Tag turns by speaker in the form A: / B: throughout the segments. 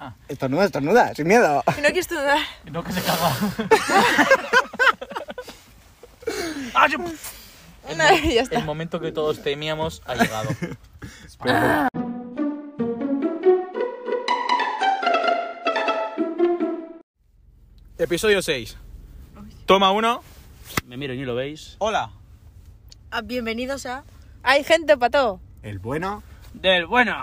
A: Ah.
B: Estornuda, estornuda, sin miedo.
C: Que no quiero estornudar.
A: No, que se caga. Ah, yo-
C: Una vez y ya
A: El
C: está.
A: momento que todos temíamos ha llegado.
D: Ah. Episodio 6. Toma Oh. 1.
A: Me miro y ni lo veis.
D: Hola.
C: Ah, Bienvenidos a. Hay gente para todo.
B: El bueno.
A: Del bueno.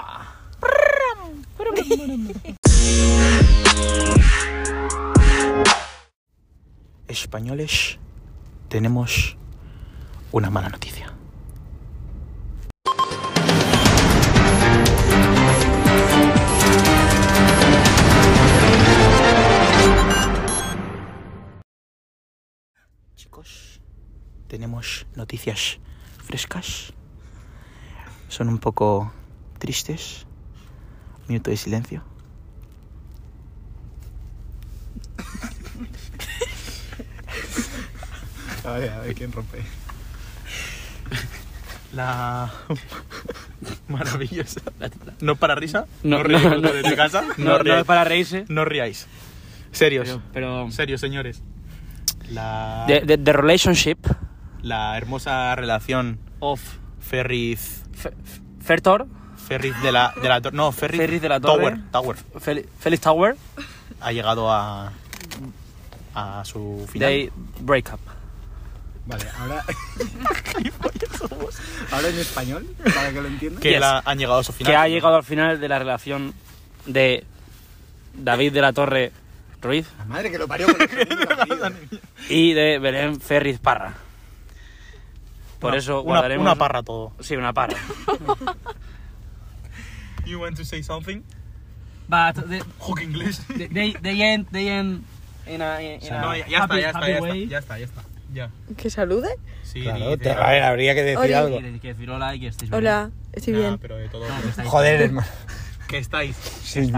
A: Españoles, tenemos una mala noticia. Chicos, tenemos noticias frescas. Son un poco tristes. Minuto de silencio.
B: A ver, a ver quién rompe.
D: La maravillosa. No es para risa.
E: No,
D: No, ríais
E: no,
D: vosotros
E: no.
D: desde casa. No,
E: No, no
D: ríais.
E: es para reírse.
D: No ríais. Serios.
E: Pero, pero-
D: Serios, señores. La,
E: the, the- the relationship
D: la hermosa relación
E: of
D: Ferriz.
E: Fe- Fe- Fertor,
D: Ferriz de la, de la Torre. No, Ferriz,
E: Ferriz de la Torre.
D: Tower. Tower.
E: Fel- Felix Tower,
D: Ha llegado a. a su final.
E: they break up.
B: Vale, ahora. ahora en español, para que lo entiendan.
D: Que
E: Yes.
D: la, han llegado a su final.
E: Que ha llegado al final de la relación de David de la Torre Ruiz
B: La madre que lo parió con el segundo apellido.
E: y de Belén Ferriz Parra. Por
D: Una-
E: eso
D: Una,
E: guardaremos.
D: una parra todo.
E: Sí, una parra.
D: You want to say something?
E: But they,
D: Hook English.
E: they, they end, they end in a, in a
D: No, ya, ya
E: happy-
D: está, ya
E: happy
D: está,
E: way.
D: ya está, ya está, ya está. Ya.
C: ¿Que salude?
D: Sí,
B: Claro,
D: dice-
B: te- a ver, habría que decir
C: Hola.
B: algo.
E: Que- que decir hola y que estéis bien.
C: Hola, estoy
A: Ah,
D: Nah,
C: bien.
D: pero de todo.
E: No, que estáis
B: Joder, hermano.
D: Que estáis.
B: Sí,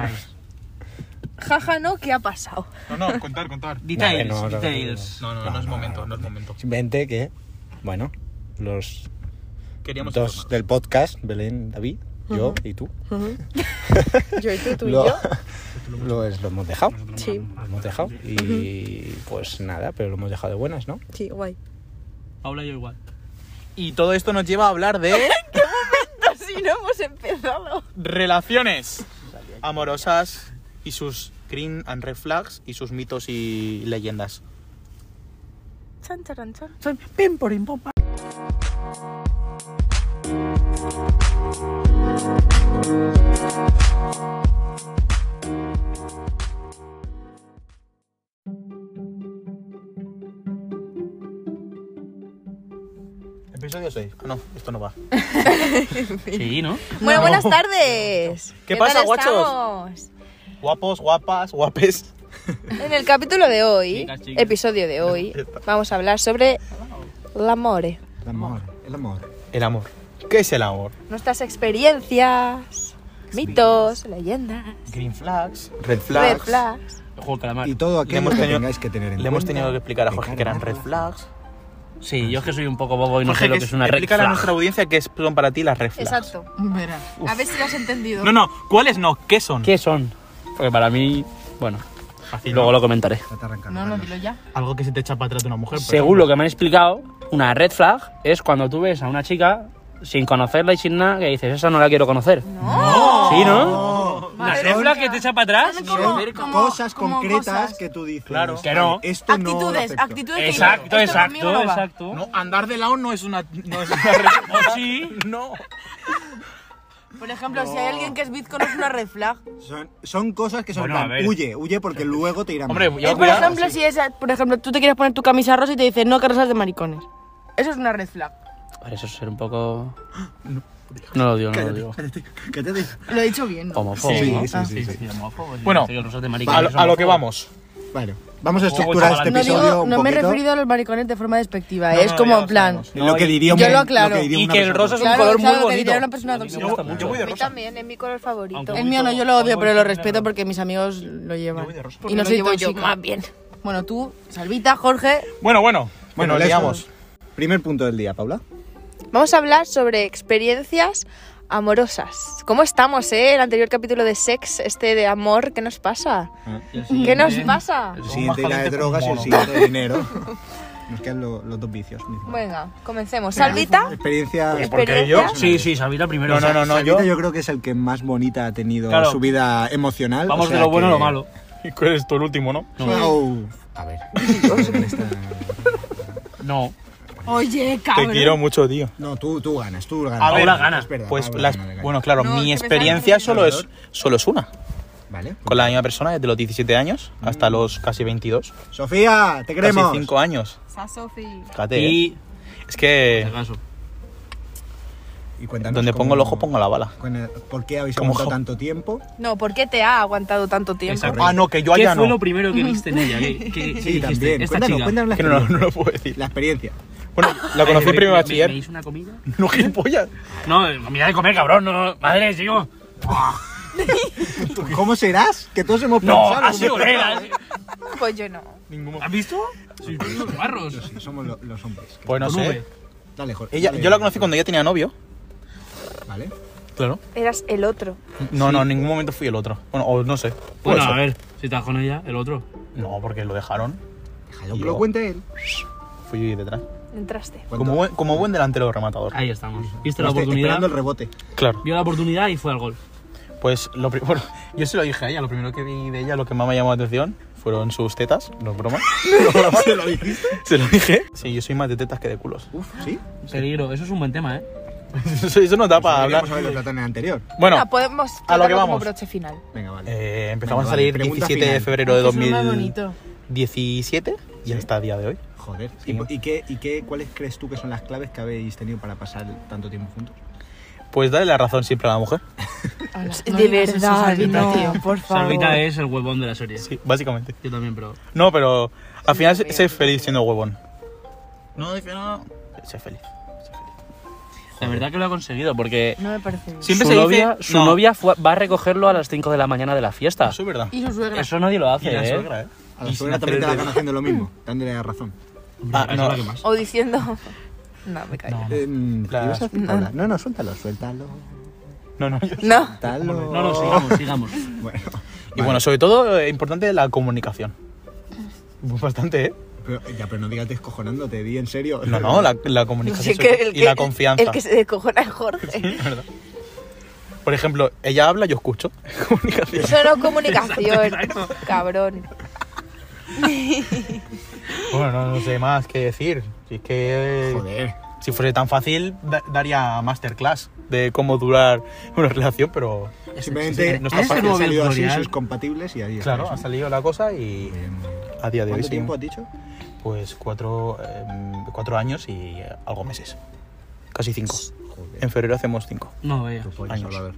C: Jaja, no, ¿qué ha pasado?
D: No, no, contar, contar.
E: Details,
B: No, no, no,
E: details.
D: No, no, no, es momento, no es momento.
B: Simplemente que, bueno, los
D: Queríamos
B: dos
D: informar.
B: del podcast, Belén, David, yo y tú,
C: Yo y tú, tú y
B: lo,
C: yo.
B: los- lo hemos dejado.
C: Sí,
B: Lo hemos dejado y pues nada, pero lo hemos dejado de buenas, ¿no?
C: sí, guay.
E: Paula y yo igual.
D: Y todo esto nos lleva a hablar de
C: Si no hemos empezado.
D: relaciones amorosas y sus green and red flags y sus mitos y leyendas.
C: Chan, charan, chan.
D: Episodio 6. Ah, no, esto no va.
E: Sí, ¿no?
C: Bueno, buenas tardes.
D: ¿Qué pasa,
C: tal
D: guachos?
C: estamos?
D: Guapos, guapas, guapes.
C: En el capítulo de hoy,
E: Chicas, chicas.
C: episodio de hoy, vamos a hablar sobre el amore.
B: El amor, el amor.
D: El amor. ¿Qué es el amor?
C: Nuestras experiencias, mitos, leyendas,
D: Green flags, red flags.
C: red flags.
E: El juego del calamar.
B: Y todo
D: Le
B: aquello
D: hemos
B: que
D: tenido-
B: tengáis que tener en
D: Le hemos
B: cuenta
D: tenido que explicar a
B: de
D: Jorge que
B: cara
D: eran
B: a-
D: red flags.
E: Sí, yo es que soy un poco bobo y no sé lo que es una red
D: explícale a
E: flag.
D: nuestra audiencia qué es- son para ti las red flags.
C: Exacto. A ver si lo has entendido.
D: No, no, ¿cuáles no? ¿Qué son?
E: ¿Qué son? Porque para mí, bueno,
D: Fácil,
E: luego
D: ¿no?
E: lo comentaré.
B: Trata de arrancar,
F: No, no,
B: Fernando.
F: dilo ya.
D: Algo que se te echa para atrás de una mujer. por
E: Según lo
D: ejemplo.
E: que me han explicado, una red flag es cuando tú ves a una chica sin conocerla y sin nada que dices, esa no la quiero conocer.
C: Oh.
F: ¡No!
E: ¿Sí, no? ¿La
F: Madre
E: red
F: mía.
E: flag que te echa para atrás?
F: Son
B: Son
F: como- como-
B: cosas
F: como
B: concretas
F: cosas.
B: que tú dices.
D: Claro.
E: Que no.
B: "Vale, Esto no lo
F: Actitudes,
B: acepto".
F: actitudes que
E: Exacto,
F: digo, esto conmigo
E: exacto,
F: no va.
E: exacto.
D: No, andar de lado no es una. No es una red
E: ¿O sí?
D: No.
F: Por ejemplo, si hay alguien que es bizco, no es una red flag.
B: Son, son cosas que son
E: Bueno,
B: en
E: a
B: plan,
E: ver.
B: huye, huye porque luego te irán
D: Hombre,
B: mal.
D: ya
F: Eh, por
D: cuidado.
F: ejemplo, si es, por ejemplo, tú te quieres poner tu camisa rosa y te dicen no, que rosas de maricones. Eso es una red flag.
E: Por eso es ser un poco... No lo digo, no lo digo.
B: ¿Qué te digo?
F: Lo he dicho bien, ¿no?
E: Homófobo,
B: Sí,
E: ¿no?
B: sí, sí, sí.
E: homófobo, sí,
D: Bueno,
E: sí, los rosas de marica
D: A
E: que
D: lo,
E: son
D: a lo que
E: homófobos.
D: vamos.
B: Vale, vamos a estructurar
E: chaval,
B: este
E: no
F: No,
B: episodio
F: digo,
B: un
F: no me he
B: poquito.
F: referido a los maricones de forma despectiva,
D: No,
F: es
D: no,
F: como
D: ya
F: en
D: lo
F: plan.
D: sabemos.
B: en lo que diría
F: yo
B: un-
F: lo
B: lo
F: aclaro.
B: que diría
E: Y
B: una
E: que el
B: persona.
E: rosa es un
F: Claro,
E: color muy
F: claro, que diría una
E: bonito.
F: persona con-
E: A mí me
D: Yo,
E: gusta mucho.
D: yo voy de
C: A mí
D: rosa.
C: también, es mi color favorito.
E: Aunque-
F: El mío no, yo lo odio, pero lo respeto porque mis amigos lo llevan.
D: voy de rosa.
F: Y no
C: lo
F: soy
C: llevo yo,
F: tóxica.
C: más bien.
F: Bueno, tú, Salvita, Jorge,
D: Bueno, bueno.
B: Bueno,
D: Bueno,
B: les-
D: digamos.
B: Primer punto del día, Paula.
C: Vamos a hablar sobre experiencias amorosas. ¿Cómo estamos, eh? El anterior capítulo de sex, este de amor, ¿qué nos pasa? ¿Qué nos pasa?
B: El siguiente era de drogas y el siguiente de dinero. Nos quedan lo- los dos vicios.
C: Venga, comencemos. Salvita,
B: Experiencia.
D: ¿Por qué yo?
C: experiencia.
E: Sí, sí, Sabina primero.
D: No, no, no, no, yo.
B: Yo creo que es el que más bonita ha tenido
E: Claro.
B: su vida emocional.
E: Vamos
B: o sea
E: de lo bueno a lo
B: que-
E: malo.
D: Eres tú el último, ¿no?
B: Wow.
G: A ver.
E: No.
F: Oye,
D: Te quiero mucho, tío.
B: No, tú, tú ganas, tú ganas.
D: A ver,
B: Ahora
E: ganas.
B: es verdad,
D: Pues
B: ahora
D: las,
B: ganas, ganas.
D: bueno, claro,
F: No,
D: mi
F: es que pensaba que
D: experiencia
F: era
D: solo es, solo es una.
B: Vale.
D: Con la misma persona desde los 17 años hasta los casi 22.
B: Sofía, te
D: Casi
B: queremos.
D: 5 años. Fíjate, ¿eh?
E: Y.
D: Es que
E: este
B: Y cuéntanos
D: donde
B: cómo-
D: pongo el ojo, pongo la bala.
B: con el- ¿Por qué habéis
D: Como
B: aguantado
D: jo-
B: tanto tiempo?
C: No, ¿por qué te ha aguantado tanto tiempo?
D: Ah, no, que yo
E: ¿Qué
D: allá
E: fue
D: no.
E: lo primero que viste en ella? ¿Qué, qué- qué
B: Sí,
E: dijiste?
B: también.
E: Esta
B: Cuéntanos,
E: chica.
B: cuéntanos la
D: Que no, no,
B: experiencia.
D: no lo puedo decir.
B: La experiencia.
D: Bueno, la conocí
E: Ay,
D: en primer
E: ¿me- me- ¿Me
D: bachiller.
E: hizo una comida?
D: No, gilipollas.
E: No, comida de comer, cabrón. No, madre, tío.
B: ¿Cómo serás? Que todos hemos
E: No,
B: pensado.
E: ha sido él. ha sido-
C: Pues yo no.
E: ¿Has visto? Sí, son unos guarros.
B: Sí, somos lo- los hombres.
D: Pues no
E: Con
D: sé.
E: V.
B: Dale, Jorge.
D: Ella,
B: dale,
D: yo la conocí cuando ella tenía novio.
B: Vale.
D: Claro.
C: Eras el otro.
D: No, no, en ningún momento fui el otro. Bueno, o no sé. Puede
E: Bueno,
D: ser.
E: a ver, si estás con ella, el otro.
D: No, porque lo dejaron.
B: Déjalo que
D: Yo.
B: lo cuente él.
D: Fui detrás.
C: Entraste.
D: Como buen, como buen delantero rematador.
E: Ahí estamos. Viste la
B: Estoy
E: oportunidad.
B: esperando el rebote.
D: Claro.
E: Vio la oportunidad y fue al gol.
D: Pues lo pri- bueno, yo se lo dije a ella, lo primero que vi de ella, lo que más me llamó la atención, fueron sus tetas, no es broma.
B: ¿Se lo dijiste?
D: se lo dije. Sí, yo soy más de tetas que de culos.
B: Uf, sí.
E: Peligro, eso es un buen tema, ¿eh?
D: Eso, eso no da para hablar.
B: Pues Vamos a ver lo tratado en el anterior.
D: Bueno,
F: Ah, pues,
C: No, podemos
D: a lo que
C: tratarlo como
D: vamos.
C: broche final.
B: Venga, vale.
D: eh, empezamos
B: Venga,
D: a salir
B: vale, pregunta
D: 17 de
B: final.
D: febrero de
F: Es que es lo más bonito.
D: 2017 y hasta el día de hoy.
B: Joder.
D: sí.
B: ¿Y, y qué, y qué, cuáles crees tú que son las claves que habéis tenido para pasar tanto tiempo juntos?
D: Pues dale la razón siempre a la mujer.
C: Pues, de verdad, no, por favor.
B: eh.
E: Salvita es el huevón de la serie.
D: Sí, básicamente.
E: Yo también, pero.
D: No, pero al final sé sé feliz siendo huevón. No, dice no. Sé feliz.
E: La verdad que lo ha conseguido, porque
F: No me parece bien.
D: Siempre
E: su,
D: se dice-
E: novia, su
D: no.
E: novia fue- va a recogerlo a las 5 de la mañana de la fiesta.
D: Eso es verdad.
F: Y su suegra.
E: Eso nadie lo hace,
D: Y la
E: ¿eh?
D: suegra, ¿eh?
B: A
D: Y
B: la
D: sin
B: suegra
D: hacer
B: también te la
D: el
B: están
D: dedo.
B: haciendo lo mismo, dándole la razón.
D: Ah,
E: Eso es
D: no.
E: lo que más.
C: O diciendo... No, me callo.
B: Eh, ¿qué
D: Las-
B: ibas a decir, Paula? No, no, suéltalo, suéltalo.
D: No, no, yo-
C: No.
B: Suéltalo.
E: No, no, sigamos, sigamos.
B: Bueno,
D: Y bueno, sobre todo, eh, importante la comunicación. Bastante, ¿eh?
B: pero, ya, pero no digas descojonándote, di en serio.
D: No, no, la, la comunicación
C: Sí, que
D: sobre-
C: el
D: y
C: que-
D: la confianza.
C: El que se descojona es Jorge.
D: Por ejemplo, ella habla, yo escucho. Comunicación.
C: Eso no es comunicación, cabrón.
D: Bueno, no, no sé más qué decir. Si es que. eh,
B: Joder.
D: Si fuese tan fácil, da- daría masterclass de cómo durar una relación, pero.
B: Simplemente no
D: no está fácil.
B: ha salido
E: Móvil
B: así,
E: L'Oreal.
B: sois compatibles y ahí está
D: Claro,
B: eso.
D: ha salido la cosa y.
B: Eh,
D: A día de hoy
B: ¿Cuánto
D: sí.
B: tiempo has dicho?
D: Pues cuatro, em, cuatro años y eh, algo meses. Casi cinco.
B: Joder,
D: En febrero hacemos cinco.
E: No, vea.
B: tu polla,
D: años.
B: Salvador.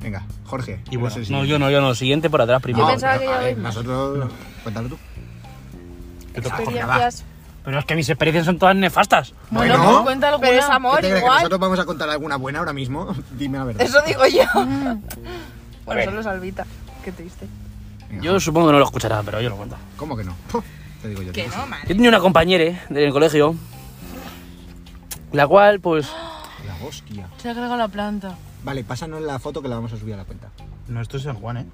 B: Venga, Jorge.
D: Y bueno,
B: eres el
E: No,
B: siguiente.
E: yo no, yo no. Siguiente por atrás
C: Yo
E: primero.
C: pensaba que
B: pero,
C: ya
B: a ver,
C: veis más.
B: Nosotros. Cuéntalo tú.
C: Experiencias.
E: Pero es que mis experiencias son todas nefastas.
F: Bueno,
B: Bueno.
F: pues cuenta alguna.
C: Pero es amor
B: ¿Qué te crees, que
C: igual.
B: nosotros vamos a contar alguna buena ahora mismo. Dime la verdad.
C: Eso digo yo. bueno, solo Salvita. Qué triste.
B: Venga,
E: Yo supongo que no lo escuchará, pero yo lo cuento.
B: ¿Cómo que no? Puh, Te digo yo. tío.
E: Yo tenía una compañera del colegio, la cual, pues,
B: La hostia.
F: Se ha cargado la planta.
B: Vale, pásanos la foto que la vamos a subir a la cuenta.
D: No, esto es San Juan, ¿eh?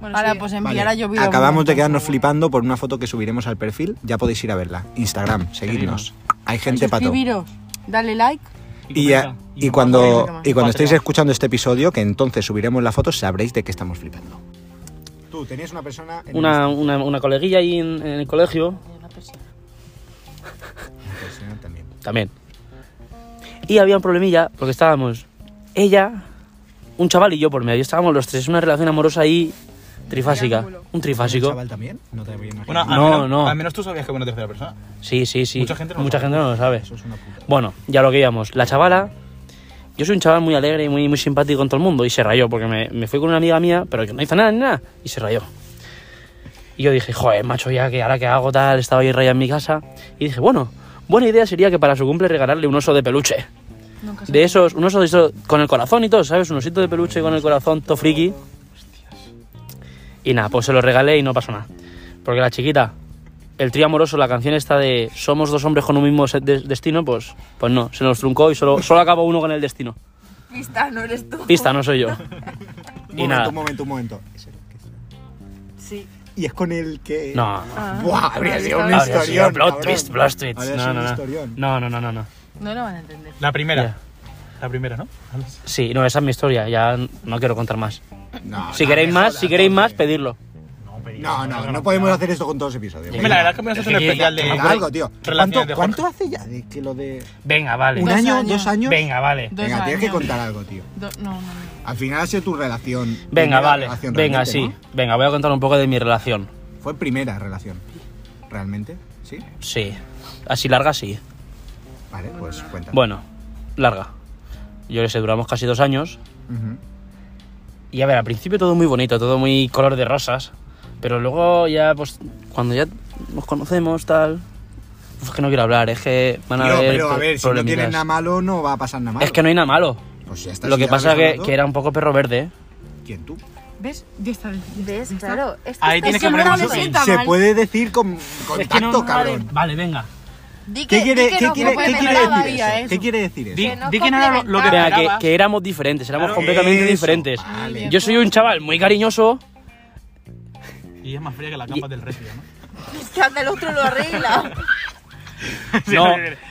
F: Bueno, Ahora, pues enviar a
B: Vale,
F: llovido.
B: Acabamos de quedarnos flipando por una foto que subiremos al perfil. Ya podéis ir a verla. Instagram, seguidnos. Hay gente pato.
F: Suscribiros, Pues dale like.
B: Y, a- y cuando, y cuando estéis escuchando este episodio, que entonces subiremos la foto, sabréis de qué estamos flipando. Tú tenías una persona en
E: una, una, una coleguilla ahí en, en el colegio,
B: también.
E: también. Y había un problemilla, porque estábamos ella, un chaval y yo por medio. Estábamos los tres en una relación amorosa ahí trifásica. Un trifásico.
B: chaval también? No te había imaginado.
D: Bueno, al
E: No,
D: menos-
E: no.
D: Al menos tú sabías que había una tercera persona.
E: Sí, sí, sí.
D: Mucha gente no lo sabe.
E: no lo sabe.
B: Eso es una puta.
E: Bueno, ya lo que íbamos. La chavala, yo soy un chaval muy alegre y muy, muy simpático con todo el mundo. Y se rayó, porque me, me fui con una amiga mía, pero que no hizo nada ni nada. Y se rayó. Y yo dije, joder, macho, ya que ahora que hago tal, estaba ahí rayado en mi casa. Y dije, bueno, buena idea sería que para su cumple regalarle un oso de peluche. De esos, un oso de esos, con el corazón y todo, ¿sabes? Un osito de peluche con el corazón, todo friki. Y nada, pues se lo regalé y no pasó nada. Porque la chiquita, el trío amoroso, la canción esta de somos dos hombres con un mismo se- de- destino, pues, pues no, se nos truncó y solo, solo acaba uno con el destino.
C: Pista, no eres tú.
E: Pista, no soy yo.
B: Un
E: Y
B: momento,
E: nada.
B: un momento, un momento. Ese era el que está.
F: Sí.
B: Y es con el que. Ah.
E: No,
B: Buah, habría sido un
E: no. Habría sido
B: historión.
E: plot
B: cabrón.
E: twist, plot twist.
B: Habría
E: No,
B: sido
E: no,
B: un
E: no.
B: historión.
E: No, no, no, no, no.
F: No lo van a entender.
D: La primera.
E: Ya.
D: La primera, ¿no?
E: Sí, no, esa es mi historia, ya no quiero contar más.
B: No,
E: Si
B: no,
E: queréis
B: me
E: más,
B: jodas,
E: si queréis
B: hombre.
E: más, pedidlo.
B: No, no, no podemos hacer esto con todos los episodios.
D: Hombre, la verdad es que me vas a hacer un
E: Es que-
D: especial de.
B: Haga algo, tío.
D: Relaciones de
B: ¿Cuánto, cuánto hace ya de que lo de.
E: Venga,
B: ¿Un
E: vale.
F: Dos
B: año?
F: años.
B: ¿Dos años?
E: Venga, vale.
F: Dos
B: Venga, tienes que
F: años.
B: contar algo, tío.
F: Do- no, no, no.
B: Al final ha sido tu relación.
E: Venga,
B: primera
E: vale.
B: relación
E: Venga,
B: realmente,
E: sí. Venga, voy a contar un poco de mi relación.
B: ¿no? Fue primera relación. ¿Realmente? ¿Sí?
E: Sí. Así larga, sí.
B: Vale, pues cuenta.
E: Bueno, larga. Yo que sé, duramos casi dos años.
B: Ujú.
E: Y a ver, al principio todo muy bonito, todo muy color de rosas. Pero luego ya, pues, cuando ya nos conocemos, tal. pues Es que no quiero hablar, es que van a
B: Tío,
E: haber
B: pero a
E: pro-
B: ver, si no tienes
E: problemitas.
B: nada malo, no va a pasar nada malo.
E: eh, Es que no hay nada malo.
B: Pues ya está,
E: Lo
B: si
E: que
B: ya lo
E: pasa
B: has
E: que,
B: hablado.
E: que era un poco perro verde.
B: ¿Quién tú?
F: ¿Ves? Ya está. ya está,
C: ¿Ves?
F: ya está.
C: Claro. Es
D: Ahí
C: estás-
D: tienes que
C: es
D: poner
C: no
D: un
C: le
D: subi.
C: siento.
F: Está
B: Se
F: mal.
B: puede decir con con
E: Es que no-
B: tacto, cabrón.
E: Vale, vale, venga.
C: Di
B: ¿Qué
C: que-
B: quiere,
C: di que
B: qué
C: no
B: quiere-
C: fue
B: qué
C: de
B: quiere
C: nada
B: decir
C: y a
B: eso? ¿Qué quiere decir eso?
D: Di,
C: Que no
D: di que no era lo, lo que
E: Venga, que,
D: esperabas.
E: que éramos diferentes, éramos
D: Claro,
E: completamente
B: eso.
E: diferentes.
B: Vale.
E: Yo soy un chaval muy cariñoso.
D: Y es más fría que la capa del refri, ¿no?
C: Que anda el otro lo arregla.
E: No,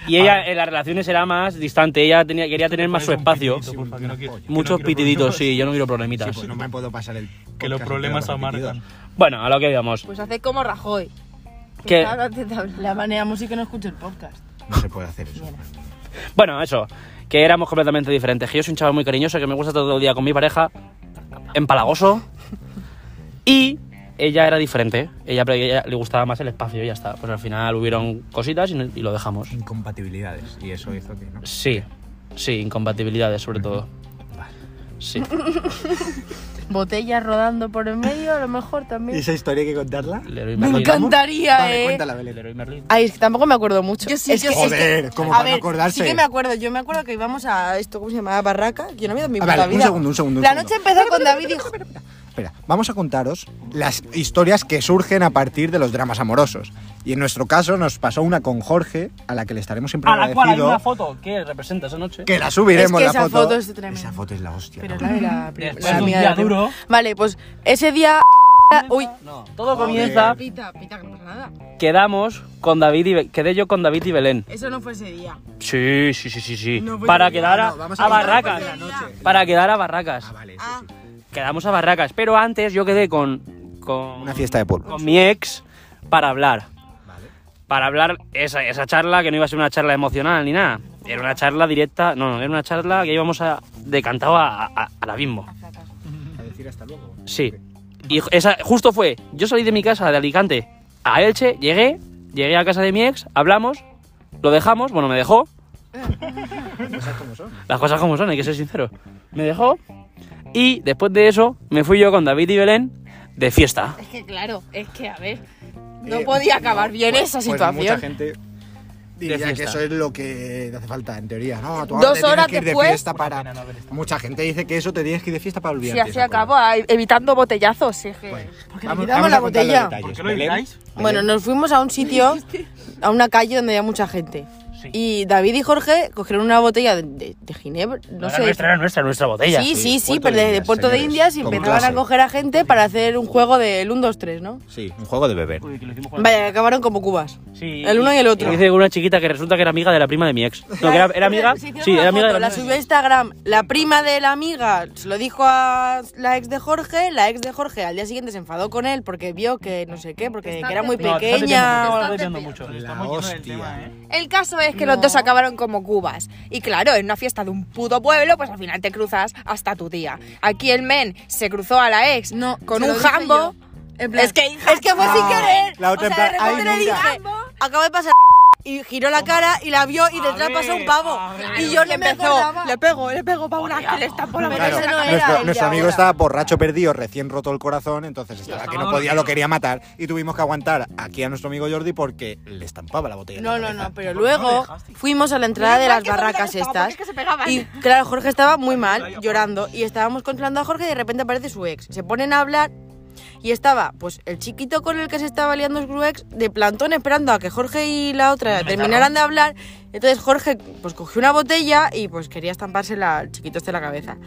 E: y ella en las relaciones era más distante, ella tenía, quería tener más su
D: Pones un
E: espacio.
D: pitidito, porfa, que no quiero- que no
E: Muchos
D: quiero
E: pitiditos,
D: problemas.
E: sí, yo no quiero problemitas.
B: Pues no me puedo pasar el.
D: Que los
B: podcast
D: problemas
B: entero repetido.
D: amargan.
E: Bueno, a lo que íbamos.
C: Pues hace como Rajoy.
F: Pues
E: ¿Qué?
C: Que habla antes de hablar.
F: La manera música no escucha el podcast.
B: No se puede hacer eso.
E: Bueno, eso, que éramos completamente diferentes. Que yo soy un chaval muy cariñoso, que me gusta todo el día con mi pareja, empalagoso. Y ella era diferente. Ella, ella le gustaba más el espacio y ya está. Pues al final hubieron cositas y, y lo dejamos.
B: Incompatibilidades. Y eso hizo que no.
E: Sí, sí, incompatibilidades sobre todo. Sí.
F: Botellas rodando por el medio, a lo mejor también.
B: ¿Esa historia hay que contarla?
E: Leroy
F: Me
E: Merlin.
F: encantaría,
B: Vale,
F: eh.
B: cuéntala, Belén.
E: Leroy Merlin.
F: Ay, es que tampoco me acuerdo mucho.
C: Yo sí,
F: es
C: yo
F: que-
C: sí.
F: es que-
B: Joder, ¿cómo
F: a
B: van a
F: ver,
B: acordarse?
F: Sí que me acuerdo. Yo me acuerdo que íbamos a esto, ¿cómo se llamaba? Barraca. que Yo no me he ido en mi
B: A ver,
F: puta
B: Ah, un
F: vida.
B: segundo, un segundo, un
F: La
B: segundo.
F: noche empezó con David y
B: Espera, vamos a contaros las historias que surgen a partir de los dramas amorosos. Y en nuestro caso nos pasó una con Jorge, a la que le estaremos siempre
E: A la cual hay una
B: agradecidos.
E: foto que representa esa noche.
B: Que la subiremos
F: Es que
B: la
F: esa
B: foto.
F: foto es tremenda.
B: Esa foto es la hostia.
F: Pero
B: ¿no?
F: la de la primera.
E: Después de un día duro.
F: Vale, pues ese día. Uy.
E: No, todo comienza.
F: Pita, pita, que no pasa nada.
E: Quedamos con David y Be- quedé yo con David y Belén.
F: Eso no fue ese día.
E: Sí, sí, sí, sí, sí.
F: No, pues
E: para
F: yo-
E: quedar a,
B: No, vamos
E: a
B: a contar
E: barracas.
F: la noche.
E: Para quedar a barracas.
B: Ah, vale, eso sí.
E: Quedamos a barracas, pero antes yo quedé con con
B: Una fiesta de polvo.
E: con mi ex para hablar.
B: Vale.
E: Para hablar esa, esa charla que no iba a ser una charla emocional ni nada. Era una charla directa, no, no, era una charla que íbamos a decantado a- a- al abismo.
B: A decir hasta luego.
E: Sí. Y ju- esa, justo fue, yo salí de mi casa de Alicante a Elche, llegué, llegué a casa de mi ex, hablamos, lo dejamos, bueno, me dejó. Las cosas como son, hay que ser sincero. Me dejó y después de eso me fui yo con David y Belén de fiesta.
C: Es que claro, es que a ver.
B: No
C: No
B: Eh,
C: podía
B: podía
C: acabar bien
B: Pues-
C: esa
B: pues
C: situación.
B: mucha gente
E: De
B: diría que
E: fiesta.
B: eso es lo que te hace falta, en teoría. No, tú
C: Dos
B: ahora te
C: horas
B: tienes que ir
C: después-
B: de fiesta para... Mucha gente dice que eso te tienes que ir de fiesta para olvidar.
C: Si así acabo, ay, evitando botellazos. sí, que-
F: Porque le quitamos la botella.
D: ¿Por qué lo evitáis?
F: Bueno, nos fuimos a un sitio, a una calle donde había mucha gente. Y David y Jorge cogieron una botella de, de- de ginebra, no,
E: No
F: sé.
E: era nuestra, era nuestra, nuestra botella.
F: sí, sí, sí,
B: Puerto
F: pero
B: de
F: de, de
B: Indias,
F: Puerto de
B: señores,
F: Indias y
B: con
F: empezaban
B: clase.
F: a coger a gente para hacer un juego del 1, 2, 3, ¿no?
B: Sí, un juego de beber.
E: Uy, que lo hicimos con-
F: Vaya, acabaron como cubas.
E: Sí,
F: el uno y el otro.
E: Lo hice con una chiquita que resulta que era amiga de la prima de mi ex. No, que era, era amiga.
F: Se hicieron
E: Sí,
F: una
E: era amiga de
F: foto,
E: la
F: la subió a Instagram. La prima de la amiga se lo dijo a la ex de Jorge. La ex de Jorge al día siguiente se enfadó con él porque vio que no sé qué, porque que era muy
E: No, te estás desviando,
F: pequeña.
E: te
F: o
E: estás
F: algo.
E: desviando mucho.
B: La hostia.
D: ¿eh?
C: El caso es que los dos acabaron como cubas. Y claro, en una fiesta de un puto pueblo, pues al final te cruzas hasta tu tía. Aquí el men se cruzó a la ex
F: No,
C: con
F: se lo
C: un
F: dije
C: jambo.
F: yo. En plan-
C: Es que,
F: es que fue sin querer.
B: La otra
F: o sea, de
B: en plan,
F: repente
B: ay,
F: le
B: nunca.
F: dije, acaba de pasar y giró la cara y la vio y detrás pasó un pavo. Y yo le empezó, le pego, le pego para una que le está por la
B: Claro,
F: Pero ese no era
B: nuestro,
F: el
B: nuestro
F: de
B: amigo
F: ahora.
B: estaba borracho perdido, recién roto el corazón, entonces estaba que no podía, lo quería matar y tuvimos que aguantar aquí a nuestro amigo Jordi porque le estampaba la botella. en
F: No,
B: la
F: no,
B: cabeza.
F: no, pero luego fuimos a la entrada de las barracas estas. Y claro, Jorge estaba muy mal, llorando. Y estábamos controlando a Jorge y de repente aparece su ex. Se ponen a hablar Y estaba, pues, el chiquito con el que se estaba liando Scruex de plantón esperando a que Jorge y la otra terminaran de hablar. Entonces Jorge, pues, cogió una botella y, pues, quería estampársela al chiquito este en la cabeza.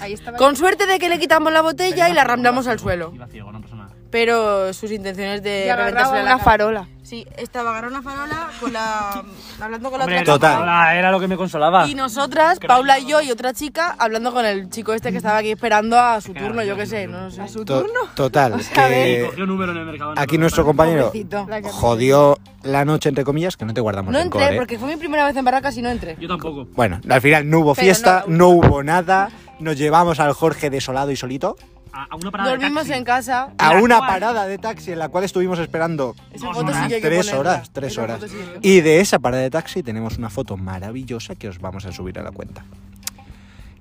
C: Ahí estaba.
F: Con suerte de que le quitamos la botella y la ramblamos al suelo.
E: Iba ciego, no pasa nada.
F: Pero sus intenciones de
C: Y agarraba
F: reventársela la
C: una
F: cara-
C: farola.
F: Sí, estaba agarrando una farola con la... hablando con la
E: Hombre,
F: otra
E: la
B: Total.
E: palabra Era lo que me consolaba.
F: y nosotras, Paula y yo y otra chica, hablando con el chico este que estaba aquí esperando a su turno, yo qué sé, no lo sé.
B: To- total,
E: Y
B: que
E: cogió número en el mercado.
B: aquí nuestro compañero
F: Pobrecito.
B: jodió la noche, entre comillas, que no te guardamos
F: No
B: rencor,
F: entré,
B: ¿eh?
F: porque fue mi primera vez en Barracas y no entré.
E: Yo tampoco.
B: Bueno, al final no hubo
C: Pero
B: fiesta, no, hubo nada, nos llevamos al Jorge desolado y solito
E: A, a una parada de
F: Dormimos
E: taxi.
F: en casa.
B: a
E: La
B: una
E: cual-
B: parada de taxi en la cual estuvimos esperando
F: Esa
E: Dos
F: foto sí
E: horas,
F: que hay que
B: tres
F: ponerla.
B: horas, tres
F: Esa
B: horas.
F: foto sí que hay que-
B: Y de esa parada de taxi tenemos una foto maravillosa que os vamos a subir a la cuenta.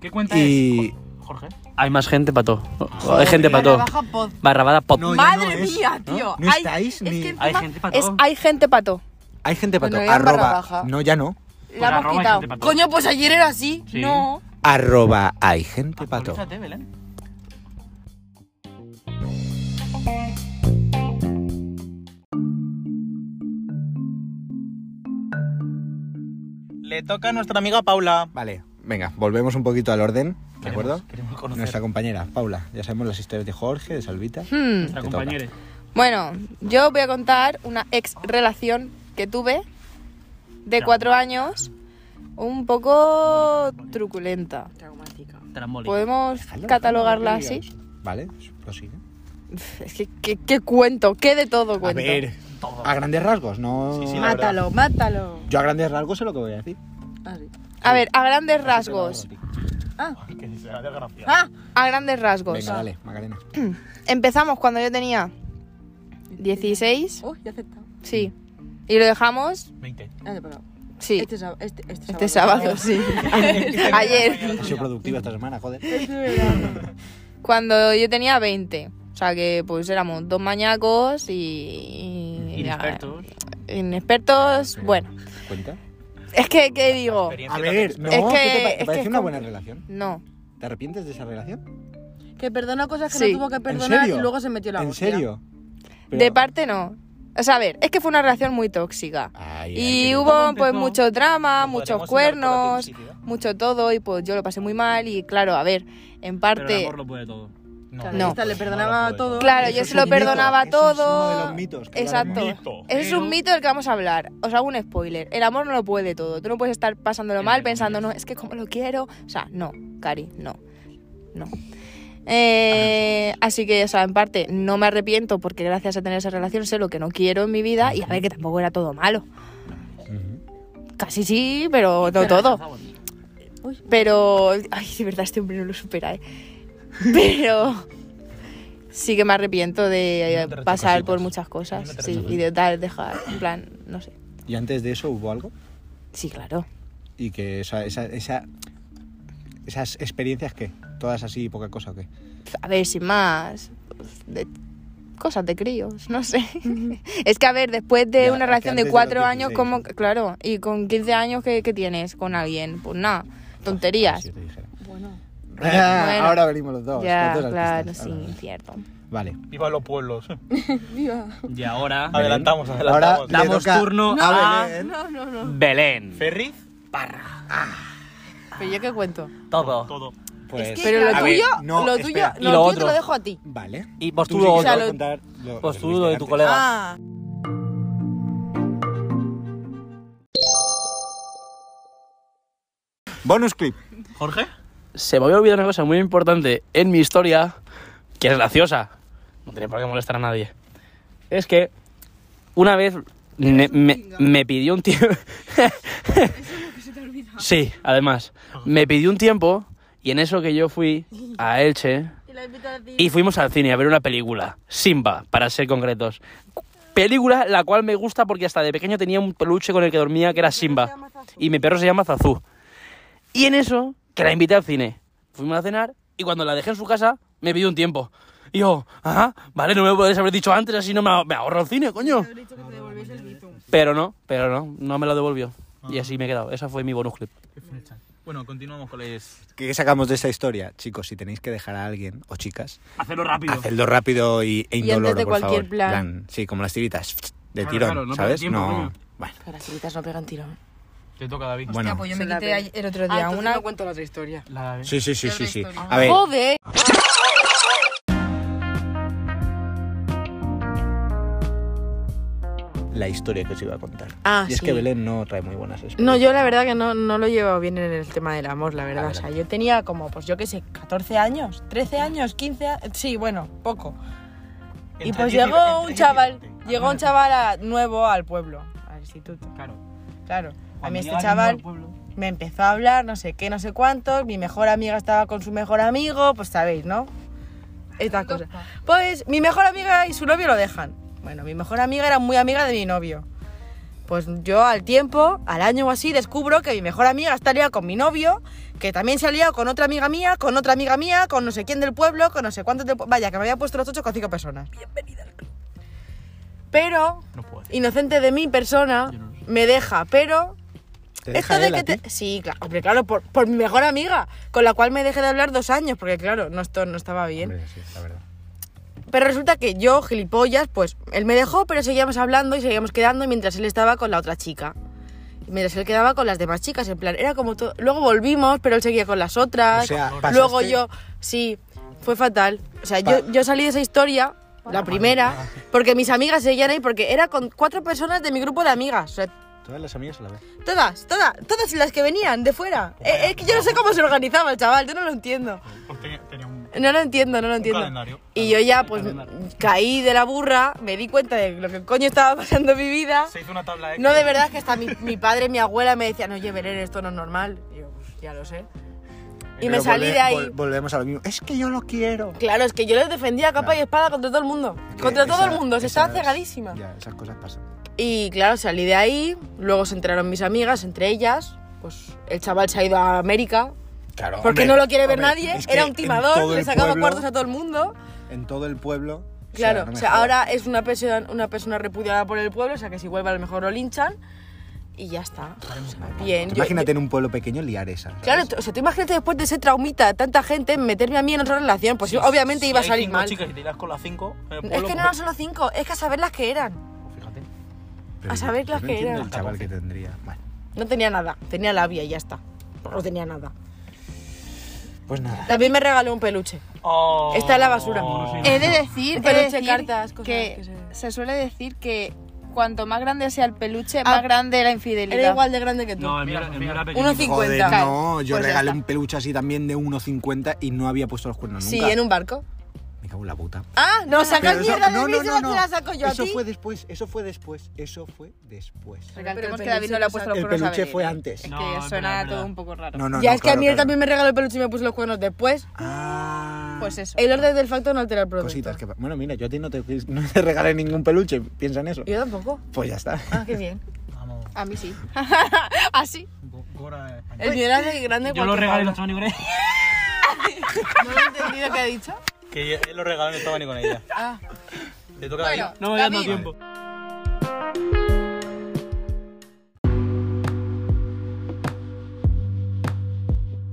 E: ¿Qué cuenta
B: Y
E: es, Jorge? Hay más gente, pato. Hay gente, pato.
F: Barra baja pod.
E: Barrabada, pato.
B: No, ya
F: Madre
B: no es,
F: mía,
B: ¿no?
F: tío.
B: No
F: Ay,
B: estáis
F: es
B: ni-
F: que
B: Hay
E: Hay
F: encima-
E: gente, pato.
C: Es hay gente pato.
B: hay gente pato,
F: Bueno, ya en barra
B: arroba,
F: baja.
B: no ya no,
E: Pues
C: La hemos
E: arroba hay
C: quitado.
E: gente, pato.
F: Coño, pues ayer era así.
E: Sí.
C: No.
B: arroba hay gente
F: Ah,
B: pato.
E: Actualízate, Belén.
D: Le toca a nuestra amiga Paula.
B: Vale, venga, volvemos un poquito al orden, ¿de acuerdo?
D: Queremos conocer.
B: Nuestra compañera, Paula, ya sabemos las historias de Jorge, de Salvita.
C: Hmm.
E: Nuestra
B: Te toca.
E: compañera.
C: Bueno, yo voy a contar una ex relación que tuve de cuatro años, un poco truculenta.
E: Trambólica.
C: ¿Podemos catalogarla así?
B: Vale, prosigue.
C: Es que, ¿qué, qué cuento? ¿Qué de todo
B: A
C: cuento?
B: ver, a grandes rasgos, no...
D: Sí, sí, la verdad.
F: Mátalo, mátalo.
B: Yo a grandes rasgos sé lo que voy a decir.
C: A ver, a grandes rasgos.
D: Que se la desgracia.
F: Ah,
C: A grandes rasgos.
B: Venga, dale, Macarena.
C: Empezamos cuando yo tenía 16,
F: uy, ya he aceptado.
C: sí. Y lo dejamos,
D: 20.
F: Ah, no, perdón.
C: sí,
F: Este, sábado- este, este,
C: este sábado, sí. Ayer,
B: Ha sido productiva esta semana, joder.
F: Este
C: cuando yo tenía 20. O sea que pues éramos dos mañacos y... y-
E: Inexpertos.
C: inexpertos, bueno,
B: ¿Cuenta?
C: es que, ¿qué digo?
B: A ver, no,
C: Es
B: ¿qué
C: que-
B: te, pa- te
C: es que
B: parece
C: es
B: una
C: como-
B: buena relación?
C: No,
B: ¿Te arrepientes de esa relación?
F: Que perdonó cosas que
C: Sí.
F: no tuvo que
B: ¿En
F: perdonar y
B: serio?
F: luego se metió la
B: ¿En
F: hostia.
B: serio?
C: de parte no. O sea, a ver, es que fue una relación muy tóxica. Y hubo pues mucho drama, muchos cuernos, mucho todo y pues yo lo pasé muy mal y claro, a ver, en
E: Pero el
C: parte...
E: amor lo puede todo.
D: No.
C: No.
F: Esta le perdonaba
D: No lo puedo.
F: todo.
C: Claro, yo se lo perdonaba todo.
B: Es uno de los mitos. que
C: Exacto.
B: hablaremos.
D: Mito.
C: Ese es un mito del que vamos a hablar. Os hago un spoiler. El amor no lo puede todo. Tú no puedes estar pasándolo mal pensando, no, es que como lo quiero. O sea, no, Cari, no. No. Ah, Eh, así que, o sea, en parte no me arrepiento porque gracias a tener esa relación sé lo que no quiero en mi vida y a ver que tampoco era todo malo. Casi sí, pero no todo. Pero. Ay, de verdad, este hombre no lo supera, ¿eh? Pero. Sí que me arrepiento de eh,
D: No te
C: pasar por
D: rechazas.
C: muchas cosas.
D: No te
C: sí,
D: rechazas.
C: y de dar, dejar. En plan, no sé.
B: Y antes de eso hubo algo.
C: Sí, claro.
B: Y que esa, esa, esa- esas experiencias, ¿qué? ¿Todas así poca cosa o qué?
C: A ver, sin más. pues, de- cosas de críos, no sé. es que, a ver, después de
B: Ya,
C: una
B: que
C: relación
B: antes
C: de
B: de
C: cuatro
B: los
C: años,
B: 16.
C: como. Claro, y con 15 años, ¿qué, qué tienes con alguien? Pues nada, tonterías.
B: Si te dijera.
F: Bueno.
B: Ah,
C: Bueno.
B: ahora venimos los dos.
C: ya,
B: los dos
C: claro,
B: artistas.
C: sí,
B: Ahora.
C: cierto.
F: Ah,
B: Vale.
D: Viva los pueblos.
E: Y ahora
D: Adelantamos,
B: Ahora
D: adelantamos.
B: le
E: damos
B: toca
E: turno
B: a
E: a-
B: Belén.
E: Belén.
D: Ferriz,
F: Pero yo qué cuento.
E: Todo.
D: todo.
B: Pues,
F: Pero lo
B: a ver,
F: tuyo,
B: no,
F: lo tuyo,
B: espera.
E: Y
F: lo
E: lo
F: tuyo te
E: otro.
F: lo dejo a ti.
B: Vale.
E: Y
B: Tú
E: postulo
B: sí que
E: otro.
B: sabes contar lo- lo que
E: Postulo pues de tu
B: tuviste antes.
E: colega.
F: Ah,
B: Bonus clip.
D: Jorge.
E: Se me había olvidado una cosa muy importante en mi historia, que es graciosa. No tiene por qué molestar a nadie. Es que una vez me, me- me pidió un tiempo... Sí, además. Me pidió un tiempo y en eso que yo fui a Elche... Y fuimos al cine a ver una película, Simba, para ser concretos. Película la cual me gusta porque hasta de pequeño tenía un peluche con el que dormía que era Simba. Y mi perro se llama Zazú. Y en eso, que la invité al cine. Fuimos a cenar y cuando la dejé en su casa, me pidió un tiempo. Y yo, ah, vale, no me lo podéis haber dicho antes, así no me, ahor- me ahorro el cine, coño. Pero no, pero no, no me lo devolvió. Y así me he quedado. Esa fue mi bonus clip.
D: Bueno, continuamos con les...
B: ¿Qué sacamos de esta historia? Chicos, si tenéis que dejar a alguien, o chicas,
H: Hacerlo rápido.
B: hacedlo rápido y, e
F: Y antes
B: indoloro,
F: de
B: por
F: cualquier
B: favor.
F: plan.
B: Sí, como las tiritas, de
H: Claro,
B: tirón,
H: claro, no pierdas
B: ¿sabes?
H: tiempo,
B: no,
H: coño.
B: bueno,
F: Pero las chicas no pegan ¿eh? tirón.
D: Te toca, David.
B: bueno.
F: pues yo
C: me quité ayer-
F: el otro
C: día una-
F: no cuento la otra historia.
D: La David.
B: Sí, sí, sí,
F: Yo
B: sí,
F: la
B: sí.
F: historia.
B: A ver,
C: Joder.
B: la historia que os iba a contar.
F: Ah,
B: y es
F: sí.
B: que Belén no trae muy buenas experiencias.
F: No, yo la verdad que no, no lo he llevado bien en el tema del amor, la verdad. O sea, yo tenía como, pues yo qué sé, 14 años, 13 años, 15 años. Sí, bueno, poco. Y
D: Entre
F: pues
D: 10
F: llegó
D: entre
F: un chaval,
D: 10 y 20.
F: llegó un chaval a- nuevo al pueblo, al instituto.
D: Claro.
F: Claro. A
D: Cuando
F: mí este
D: llega
F: chaval
D: alguien nuevo al pueblo,
F: me empezó a hablar, no sé qué, no sé cuántos. Mi mejor amiga estaba con su mejor amigo, pues sabéis, ¿no? Estas cosas. Pues mi mejor amiga y su novio lo dejan. Bueno, mi mejor amiga era muy amiga de mi novio. Pues yo al tiempo, al año o así, descubro que mi mejor amiga está liada con mi novio, que también se ha liado con otra amiga mía, con otra amiga mía, con no sé quién del pueblo, con no sé cuántos del pueblo. Vaya, que me había puesto los ocho con cinco personas. Bienvenida Pero,
D: No puedo decir.
F: inocente de mi persona, me deja, pero
B: ¿Te
F: esto
B: deja
F: de
B: él a
F: que
B: ti?
F: te... Sí, claro, hombre, claro, por, por mi mejor amiga, con la cual me dejé de hablar dos años, porque claro, no, esto no estaba bien.
B: Hombre, sí, la verdad.
F: Pero resulta que yo, gilipollas, pues él me dejó, pero seguíamos hablando y seguíamos quedando mientras él estaba con la otra chica. Y Mientras él quedaba con las demás chicas, en plan, era como todo... Luego volvimos, pero él seguía con las otras.
B: O sea,
F: Luego
B: pasaste-
F: yo, sí, fue fatal. O sea,
B: Pa-
F: yo, yo salí de esa historia, la primera, porque mis amigas seguían ahí, porque era con cuatro personas de mi grupo de amigas. O sea,
B: Todas las amigas a la vez.
F: Todas, todas, todas las que venían de fuera. Eh, es que yo no sé cómo se organizaba el chaval, yo no lo entiendo.
D: Pues tenía, tenía un, un
F: No lo entiendo, no lo entiendo.
D: calendario.
F: Y yo ya, pues, caí de la burra, me di cuenta de lo que coño estaba pasando en mi vida.
D: Se hizo una tabla de...
F: No, de verdad es que hasta mi, mi padre y mi abuela me decían, oye, Belén, esto no es normal. Y yo, pues, ya lo sé. Y me
B: Pero
F: salí
B: volve-
F: de ahí.
B: vol- volvemos a lo mismo. Es que yo lo quiero.
F: Claro, es que yo les defendía a capa y espada contra todo el mundo. Contra todo el mundo, se
B: está
F: estaba cegadísima.
B: Ya, esas cosas pasan.
F: Y claro, salí de ahí, luego se enteraron mis amigas, entre ellas, pues el chaval se ha ido a América,
B: Claro,
F: Porque
B: hombre,
F: no lo quiere ver
B: hombre,
F: nadie,
B: es que
F: era un
B: en
F: timador,
B: todo
F: le
B: el
F: sacaba
B: pueblo-
F: cuartos a todo el mundo.
B: En todo el pueblo. o sea,
F: Claro,
B: no
F: o
B: me
F: sea,
B: jodas.
F: ahora es una persona, una persona repudiada por el pueblo, o sea que si vuelve a lo mejor lo linchan y ya está. O sea, bien.
B: Tú
F: yo-
B: Imagínate en un pueblo pequeño liar esa.
F: yo- claro, t- o sea, tú imagínate después de ese traumita, de tanta gente, meterme a mí en otra relación, pues yo, obviamente iba a salir mal.
D: chicas y te irás con las cinco en el
F: Es
D: pueblo,
F: que no
D: pues,
F: eran solo cinco, es que a saber las que eran.
D: Fíjate.
B: Pero
F: a saber las
B: yo
F: que
B: no entiendo
F: era.
B: el chaval que tendría. Bueno,
F: No tenía nada, tenía labia y ya está. No tenía nada.
B: pues nada.
F: También me regaló un peluche.
D: Oh.
F: Está en la basura.
C: He de decir,
F: Un peluche,
C: he de decir
F: cartas, cosas
C: que,
F: que se-
C: se... suele decir que cuanto más grande sea el peluche, más grande la infidelidad.
F: Era igual de grande que tú.
H: No, el mío, era- el mío era pequeño.
F: 1,50.
B: Joder, no, yo
C: Pues ya
B: regalé
C: está.
B: un peluche así también de 1,50 y no había puesto los cuernos
F: Sí,
B: nunca.
F: en un barco.
B: Me cago en la puta.
F: Ah, no, sacas
B: Pero eso-
F: mierda
B: no,
F: de mí,
B: no,
F: si
B: no,
F: no
B: no.
F: te la saco yo
B: Eso
F: a ti.
B: fue después, eso fue después, eso fue después.
C: Recalquemos
F: Pero
C: que David
F: el
C: no le ha puesto los
B: El
C: cuernos a
B: peluche
C: Belén.
B: fue antes.
C: Es
H: No,
C: que
H: es
C: suena
H: verdad, es
C: todo
H: verdad.
C: un poco raro.
B: No, no,
F: ¿eh? ya
B: no,
F: es que a
B: claro,
F: mí él
B: claro.
F: también me regaló el peluche y me puso los cuernos después.
B: Ah.
C: Pues eso.
F: El orden del factor no altera el producto.
B: Cositas que... pa- Bueno, mira, yo a ti no te, no te regalé ningún peluche, piensa en eso.
F: Yo tampoco.
B: Pues ya está.
F: Ah, qué bien.
D: Vamos.
F: Ah.
C: A mí sí. Así.
D: Go- Gora español.
F: El mío era de grande
H: Yo lo
F: cualquier
H: regalé
F: Pablo.
H: los Tony
F: No lo he entendido qué ha dicho.
D: Que él lo regaló y no estaba ni con ella.
F: Ah.
D: Le toca a
C: Bueno,
D: David.
H: No, ya no
C: David,
H: tiempo.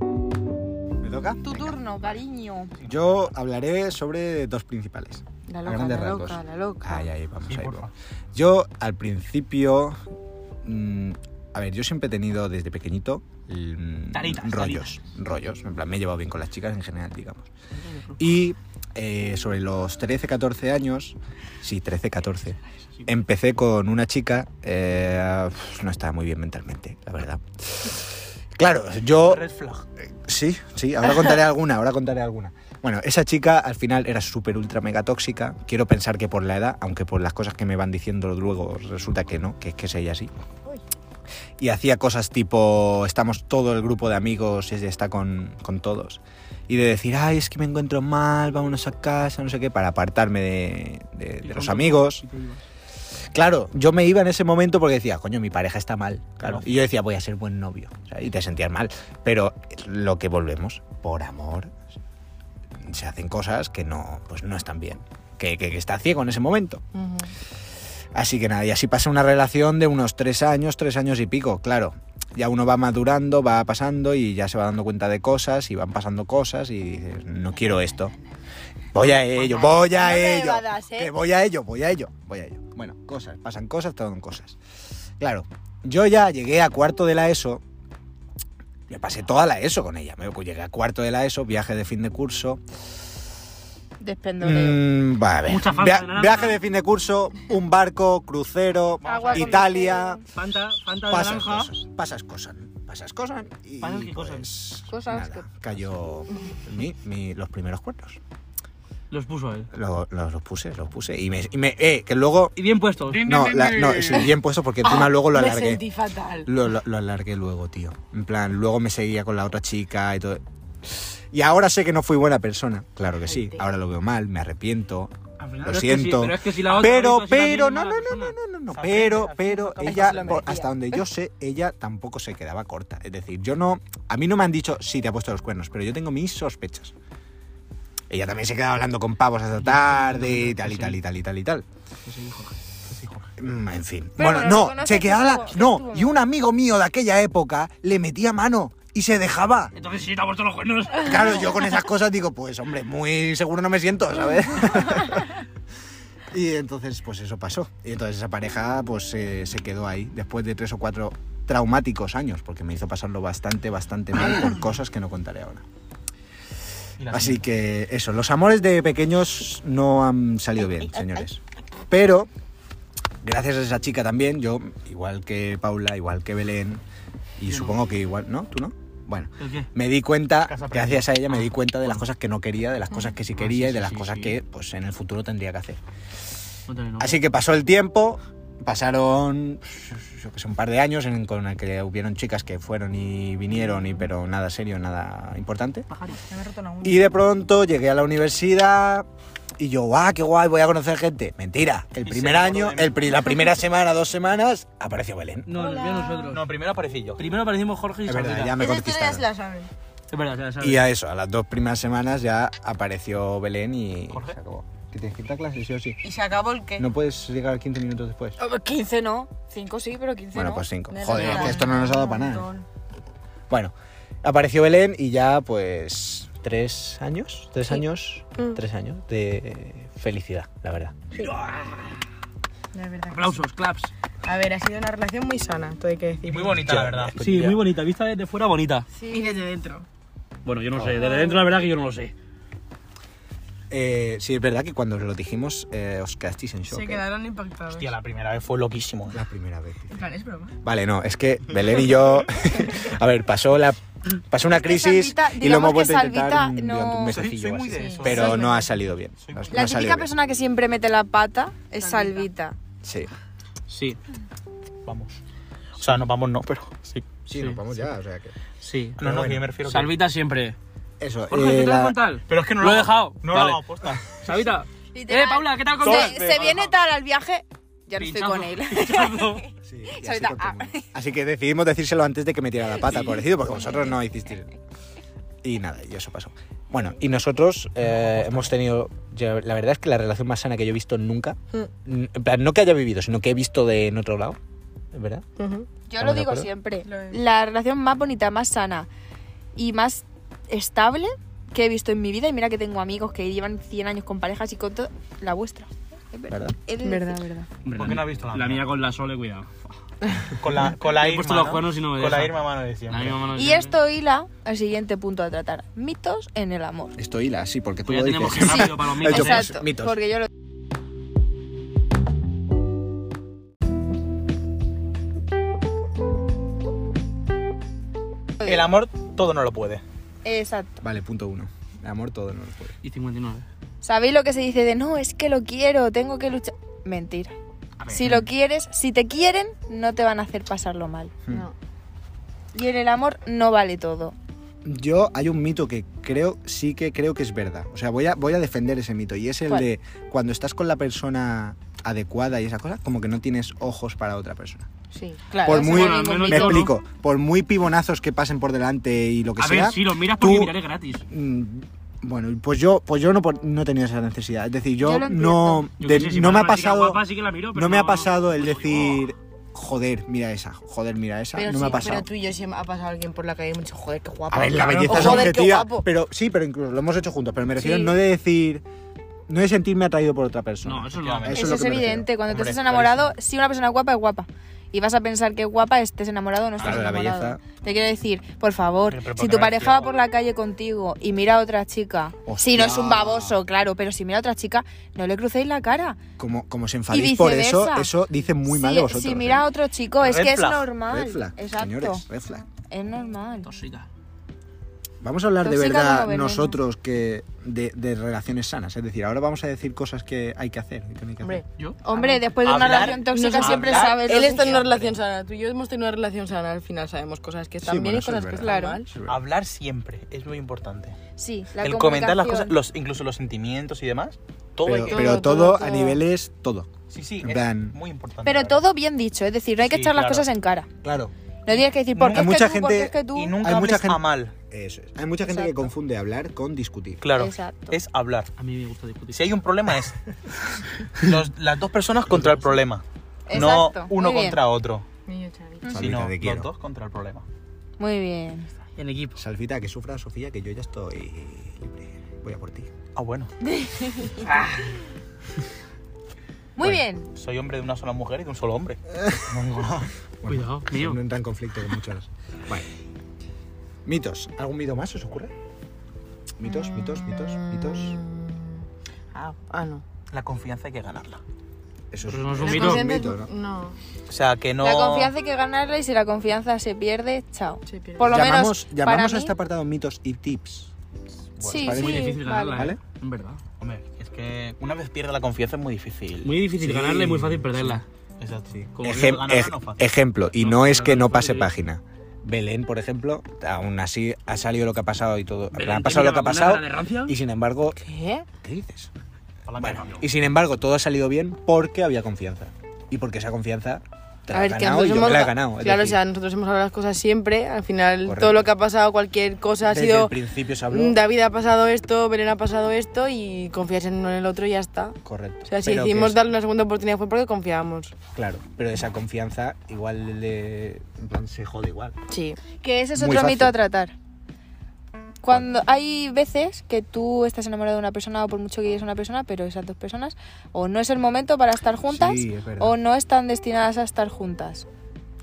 B: ¿Me toca?
C: tu turno, cariño.
B: Yo hablaré sobre dos principales.
F: La
B: A
F: loca,
B: grandes
F: la
B: rasgos.
F: loca, la loca.
B: Ay, ay, vamos, ahí
D: porfa.
B: vamos. Yo al principio... mm, a ver, yo siempre he tenido desde pequeñito mm,
H: Taritas,
B: rollos, rollos. En plan, me he llevado bien con las chicas en general, digamos. Y eh, sobre los 13, 14 años, sí, 13, 14, empecé con una chica, eh, no estaba muy bien mentalmente, la verdad. Claro, yo
D: Red flag.
B: Sí, sí, ahora contaré alguna, ahora contaré alguna. Bueno, esa chica al final era súper ultra mega tóxica. Quiero pensar que por la edad, aunque por las cosas que me van diciendo luego resulta que no, que es que es ella así. Y hacía cosas tipo, estamos todo el grupo de amigos, ella está con, con todos. Y de decir, ay, es que me encuentro mal, vámonos a casa, no sé qué, para apartarme de, de- de los amigos. Claro, yo me iba en ese momento porque decía, coño, mi pareja está mal. Claro. Y yo decía, voy a ser buen novio. o sea, y te sentías mal. Pero lo que volvemos, por amor, se hacen cosas que no, pues no están bien. Que, que, que está ciego en ese momento.
F: Ujú.
B: Así que nada, y así pasa una relación de unos tres años, tres años y pico. Claro, ya uno va madurando, va pasando y ya se va dando cuenta de cosas y van pasando cosas y dices, no quiero esto. Voy a ello, voy
C: No
B: a
C: me
B: ello.
C: evadas, ¿eh?
B: que voy a ello, voy a ello, voy a ello. Bueno, cosas, pasan cosas, pasan cosas. Claro, yo ya llegué a cuarto de la ESO. Me pasé toda la ESO con ella. Me- pues Llegué a cuarto de la ESO, viaje de fin de curso.
F: Despendoleo.
B: Mm, va a ver.
E: Mucha falta
B: Via-
E: de naranja.
B: viaje de fin de curso, un barco, crucero,
F: Agua con
B: Italia.
E: Fanta, Fanta
B: Pasas cosas, pasas cosas, pasas cosas y
E: Pasas qué
B: pues,
C: Cosas
B: nada, cayó mi, mi- los primeros cuernos.
E: Los puso él.
B: Lo- lo- Los, puse, los puse y me, y me- eh, que luego
E: Y bien puestos.
B: no, la- no, sí, bien puesto porque encima luego lo
F: Ah, Me
B: alargué.
F: sentí fatal.
B: Lo, lo- lo alargué luego, tío. En plan, luego me seguía con la otra chica y todo. Y ahora sé que no fui buena persona. Claro que sí. Ahora lo veo mal, me arrepiento.
E: Al
B: Lo
E: final, pero es que sí-
B: siento.
E: pero es que si la otra
B: Pero,
E: lo hizo, si la
B: pero,
E: misma
B: no, no, no,
E: persona.
B: no, no, no, no.
D: Esa
B: Pero,
D: gente,
B: pero,
D: esa gente
B: ella,
D: se lo
B: por-
D: merecía.
B: hasta donde yo sé, ella tampoco se quedaba corta. Es decir, yo no. A mí no me han dicho, sí, te ha puesto los cuernos, pero yo tengo mis sospechas. Ella también se quedaba hablando con pavos hasta tarde y tal, y tal, y tal, y tal, y tal. Mm, En fin.
C: Pero
B: bueno,
C: no lo
B: no,
C: conoces,
B: se quedaba. la-
C: estuvo-
B: No,
C: estuvo
B: y un amigo mío de aquella época le metía mano y se dejaba.
E: Entonces sí, te ha puesto los cuernos.
B: Claro, yo con esas cosas digo, pues hombre, muy seguro no me siento, ¿sabes? y entonces, pues eso pasó. Y entonces esa pareja, pues eh, se quedó ahí después de tres o cuatro traumáticos años, porque me hizo pasarlo bastante, bastante mal por cosas que no contaré ahora. Así que eso, los amores de pequeños no han salido bien, señores. Pero, gracias a esa chica también, yo, igual que Paula, igual que Belén, y supongo que igual, ¿no? ¿Tú no? Bueno,
E: ¿El qué?
B: me di cuenta,
D: Casa Perdida.
B: gracias a ella, me di cuenta de las cosas que no quería, de las cosas que sí quería y
E: Ah. sí,
B: de las
E: sí,
B: cosas
E: sí.
B: que pues en el futuro tendría que hacer.
E: No te enojes.
B: Así que pasó el tiempo, pasaron yo que sé, un par de años en, con el que hubieron chicas que fueron y vinieron, y, pero nada serio, nada importante.
F: Se me ha roto la uña.
B: Y de pronto llegué a la universidad y yo, ¡guau, qué guay! Voy a conocer gente. Mentira. El
D: Y
B: primer
D: se
B: año,
D: enamoró de
B: el, pri- la primera semana, dos semanas, apareció Belén.
E: No, nos vio a nosotros.
D: No, primero aparecí yo.
E: Primero aparecimos Jorge y
B: Es verdad,
E: Sabrina.
B: ya me
F: Esa historia ya se
B: conquistaron.
F: la saben.
E: Es verdad, ya sabes.
B: Y a eso, a las dos primeras semanas ya apareció Belén y
D: Jorge.
B: se acabó. ¿Que te quita clase, sí o sí?
F: Y se acabó el qué.
B: ¿No puedes llegar 15 minutos después?
F: A ver, 15 no. 5 sí, pero 15
B: Bueno,
F: no.
B: pues cinco.
F: No era
B: Joder,
F: nada.
B: que esto no nos ha dado para nada.
F: Montón.
B: Bueno, apareció Belén y ya pues tres años, tres
F: Sí.
B: años,
F: Mm.
B: tres años de felicidad, la verdad.
F: De verdad. que
E: Aplausos, claps.
F: sí. A ver, ha sido una relación muy sana, todo hay que decir.
D: Y muy bonita, la verdad.
E: Sí, muy bonita. Vista desde fuera, bonita.
F: Y desde dentro.
E: Bueno,
B: Oh.
E: yo no sé. Desde dentro, la verdad que yo no lo sé.
B: Eh, sí, es verdad que cuando os lo dijimos eh, os quedasteis en shock.
F: Se
B: eh,
F: quedaron impactados.
D: Hostia, la primera vez fue loquísimo.
B: La primera vez. tío.
F: En plan, es broma.
B: Vale, no, es que Belén y yo, a ver, pasó la pasó una
C: Es que
B: crisis
C: Salvita-
B: y lo hemos
C: digamos que
B: vuelto a intentar
C: Salvita
B: un-
C: no-
B: durante un
D: Soy-
B: mesecillo
D: soy
B: o
D: muy
B: así.
D: de eso.
B: Pero
F: Soy
B: no
F: muy
B: ha
F: de
B: salido bien. No,
C: La
B: ha salido
C: típica
B: bien.
C: persona que siempre mete la pata es Salvita.
B: Sí.
E: Sí,
D: Vamos. O sea, no vamos, no, pero sí.
B: Sí, nos vamos ya, o sea que...
E: sí.
D: No, no,
B: bueno.
D: yo me refiero. que-
E: Salvita siempre.
B: Eso,
E: Jorge,
B: eh,
E: ¿qué te vas a
B: la-
E: contar?
D: Pero es que no
E: lo he
D: hago.
E: dejado.
D: No
E: Vale.
D: lo hago, posta.
E: Salvita.
C: Literal.
E: Eh, Paula, ¿qué tal con
C: Se, se viene tal al viaje, ya no estoy con él.
B: Sí, y así,
C: Solita,
B: con
C: ah.
B: todo el mundo. Así que decidimos decírselo antes de que me tirara la pata, pobrecito, porque vosotros no hicisteis. Y nada, y eso pasó. Bueno, y nosotros eh, hemos tenido, yo- la verdad es que la relación más sana que yo he visto nunca, N- en plan, no que haya vivido, sino que he visto de en otro lado, ¿es ¿verdad?
C: Yo
B: ¿Estamos
C: lo
B: de
C: digo
B: acuerdo?
C: siempre.
F: Lo es.
C: La relación más bonita, más sana y más estable que he visto en mi vida, y mira que tengo amigos que llevan 100 años con parejas y con todo, la vuestra. Es verdad.
B: ¿Verdad?
C: Es decir,
F: Verdad, verdad.
E: Hombre,
D: ¿Por qué
E: la
D: no
E: mía-
D: has visto la
E: La
D: mía?
E: mía con la Sole, cuidado.
D: Con la, con la
E: He puesto
D: Irma,
E: los
D: ¿no?
E: cuernos y no me
D: Con la
E: deja.
D: Irma mano de
E: La
D: siempre.
E: misma mano
C: Y
E: siempre.
C: esto hila al siguiente punto a tratar: mitos en el amor.
B: Esto hila, sí, porque tú
E: Pues ya
B: lo
E: tenemos que
B: dices.
E: ir rápido para los
B: Yo
E: mitos.
B: pues,
E: ¿eh?
C: Exacto.
B: mitos.
C: Porque yo lo
D: El amor todo no lo puede.
C: Exacto.
B: Vale, punto uno. El amor todo no lo puede.
E: Y 59.
C: ¿Sabéis lo que se dice de no, es que lo quiero, tengo que luchar? Mentira. Si lo quieres, si te quieren, no te van a hacer pasarlo mal.
B: Mm.
F: No.
C: Y en el amor no vale todo.
B: Yo hay un mito que creo, sí que creo que es verdad. O sea, voy a, voy a defender ese mito. Y es el
C: ¿Cuál?
B: de cuando estás con la persona adecuada y esa cosa, como que no tienes ojos para otra persona.
F: Sí.
C: Claro,
B: Por
C: eso
B: muy-
C: no es ningún
E: al menos
B: Me
E: yo
C: mito.
E: no.
B: explico. Por muy pibonazos que pasen por delante y lo que
E: A
B: sea.
E: ver, si los miras
B: tú-
E: porque mirar es gratis.
B: mm, Bueno, pues yo, pues yo no, por- no he tenido esa necesidad. Es decir, yo,
C: Yo lo entiendo.
B: no,
E: Yo
B: de-
E: qué sé, si
B: no me ha
E: una chica
B: pasado.
E: guapa sí que la miro, pero pues
B: no me ha pasado el decir, joder, mira esa, joder, mira esa,
F: Pero,
B: no
F: sí,
B: me ha pasado.
F: pero tú y yo, si ha pasado alguien por la calle, hemos dicho, joder, qué guapo.
B: A ver, Pues la
F: Claro.
B: belleza
F: O,
B: es
F: joder, qué
B: objetiva,
F: guapo.
B: pero sí, pero incluso lo hemos hecho juntos, pero me refiero
F: Sí.
B: no de decir, no de sentirme atraído por otra persona.
E: No, eso no.
B: Eso
C: Eso,
B: es lo
C: es
B: que me refiero.
C: evidente. Cuando
D: Hombre,
C: te estás enamorado, si una persona es guapa es guapa. Y vas a pensar que es guapa estés enamorado o no estés
B: Claro, la
C: enamorado.
B: belleza.
C: Te quiero decir, por favor,
G: Pero, pero
C: si
G: porque
C: tu
G: no eres
C: pareja va
G: ciego.
C: por la calle contigo y mira a otra chica, si no es un
B: Hostia.
C: baboso, claro, pero si mira a otra chica, no le crucéis la cara.
B: Como, como se enfadéis por eso,
C: viceversa.
B: eso dice muy
C: Si-
B: mal de vosotros.
C: Si
B: ¿eh?
C: mira a otro chico, es
D: Red
C: que es
D: flag.
C: normal.
B: Red flag,
C: Exacto.
B: señores, red flag.
C: Es normal.
D: Pues,
B: Vamos a hablar de
C: Tóxica
B: verdad
C: como veneno.
B: nosotros que de, de relaciones sanas. Es decir, ahora vamos a decir cosas que hay que hacer. y que no hay que hacer.
F: Hombre,
D: ¿Yo?
C: Hombre, después de una
D: Hablar,
C: relación tóxica
D: no
C: siempre
D: hablar.
C: sabes. lo
F: él
C: que-
F: está en una relación sana, tú y yo hemos tenido una relación sana, al final sabemos cosas que están
B: Sí,
F: bien
B: bueno,
F: y
B: eso
F: cosas
B: es
F: que están
B: verdad.
F: mal.
B: Eso es verdad.
D: Hablar siempre es muy importante.
C: Sí, la
D: el comentar las
C: comunicación.
D: cosas, los, incluso los sentimientos y demás. Todo hay
B: Pero,
D: que...
F: todo,
B: pero todo,
F: todo,
B: a
F: todo.
B: niveles, todo.
D: sí, sí,
B: en
D: es
B: plan-
D: muy importante.
C: Pero
D: la verdad.
C: todo bien dicho, es decir, no hay que
D: Sí,
C: echar las
D: claro.
C: cosas en cara.
B: Claro.
C: No tienes que decir, ¿por qué
B: Hay
C: es
B: mucha
C: que tú? ¿Por qué
B: gente-
C: es que tú?
D: Y nunca
B: Hay mucha
D: hables
B: gente-
D: a mal.
B: Eso es. Hay mucha gente
C: Exacto.
B: que confunde hablar con discutir.
D: Claro.
C: Exacto.
D: Es hablar.
E: A mí me gusta discutir.
D: Si hay un problema es los- las dos personas contra el problema.
C: Exacto,
D: no uno
C: muy bien.
D: contra otro.
F: Niño chavito.
B: Salvita,
D: Sino
B: te
D: los
B: quiero.
D: dos contra el problema.
C: Muy bien.
E: En equipo.
B: Salvita, que sufra Sofía, que yo ya estoy libre. Voy a por ti.
D: Ah, bueno.
C: Muy
B: Bueno.
C: bien.
D: Soy hombre de una sola mujer y de un solo hombre.
E: Cuidado, mío.
B: No entra en conflicto con muchos. Vale. Mitos. ¿Algún mito más os ocurre? Mitos, mitos, mitos, mitos.
F: Ah, ah, no.
D: La confianza hay que ganarla.
B: Eso
E: Eso no es un
B: eso
E: mito.
B: mito, ¿no?
F: No,
D: O sea, que no...
C: La confianza hay que ganarla y si la confianza se pierde, chao.
F: se pierde.
C: Por lo
B: llamamos
C: menos
B: llamamos
C: para
B: a
C: mí,
B: este apartado mitos y tips.
C: sí,
B: parece
C: sí,
E: muy difícil
C: vale.
E: ganarla,
B: ¿Vale?
E: ¿eh? En verdad.
D: Hombre, es que una vez pierde la confianza es muy difícil.
E: Muy difícil
B: Sí.
E: ganarla y muy fácil perderla.
D: Exacto.
E: Como
B: Ejem-
E: que
D: ganarla
B: ej-
D: no es fácil.
B: ejemplo, y no,
E: No,
B: es que
E: ganarla
B: no
E: no es
B: pase
E: fácil. ¿eh?
B: página. Belén, por ejemplo, aún así ha salido lo que ha pasado y todo.
E: Belén
B: ha pasado
E: tiene
B: lo que ha
E: la vacuna
B: pasado.
E: de la rancia.
B: Y sin embargo,
F: ¿Qué?
B: ¿qué dices?
D: Hola,
B: Bueno,
D: cariño.
B: y sin embargo, todo ha salido bien porque había confianza. Y porque esa confianza te la
F: A ver,
B: has
F: que
B: ganado
F: nosotros
B: y yo
F: hemos-
B: me la he ganado. Es
F: Claro,
B: decir,
F: o sea, nosotros hemos hablado las cosas siempre. Al final,
B: Correcto.
F: todo lo que ha pasado, cualquier cosa ha
B: desde
F: sido.
B: el principio se habló.
F: mm, David ha pasado esto, Belén ha pasado esto y confías en uno en el otro y ya está.
B: Correcto.
F: O sea, si
B: Pero que
F: decidimos
B: es-
F: darle una segunda oportunidad fue porque confiábamos.
B: Claro, pero esa confianza igual le. en plan, se jode igual.
F: Sí.
C: Que ese es
B: ¿eh? Muy
C: otro
B: fácil.
C: mito a tratar. Cuando hay veces que tú estás enamorado de una persona o por mucho que quieras a una persona, pero esas dos personas o no es el momento para estar juntas
B: Sí, es verdad.
C: o no están destinadas a estar juntas.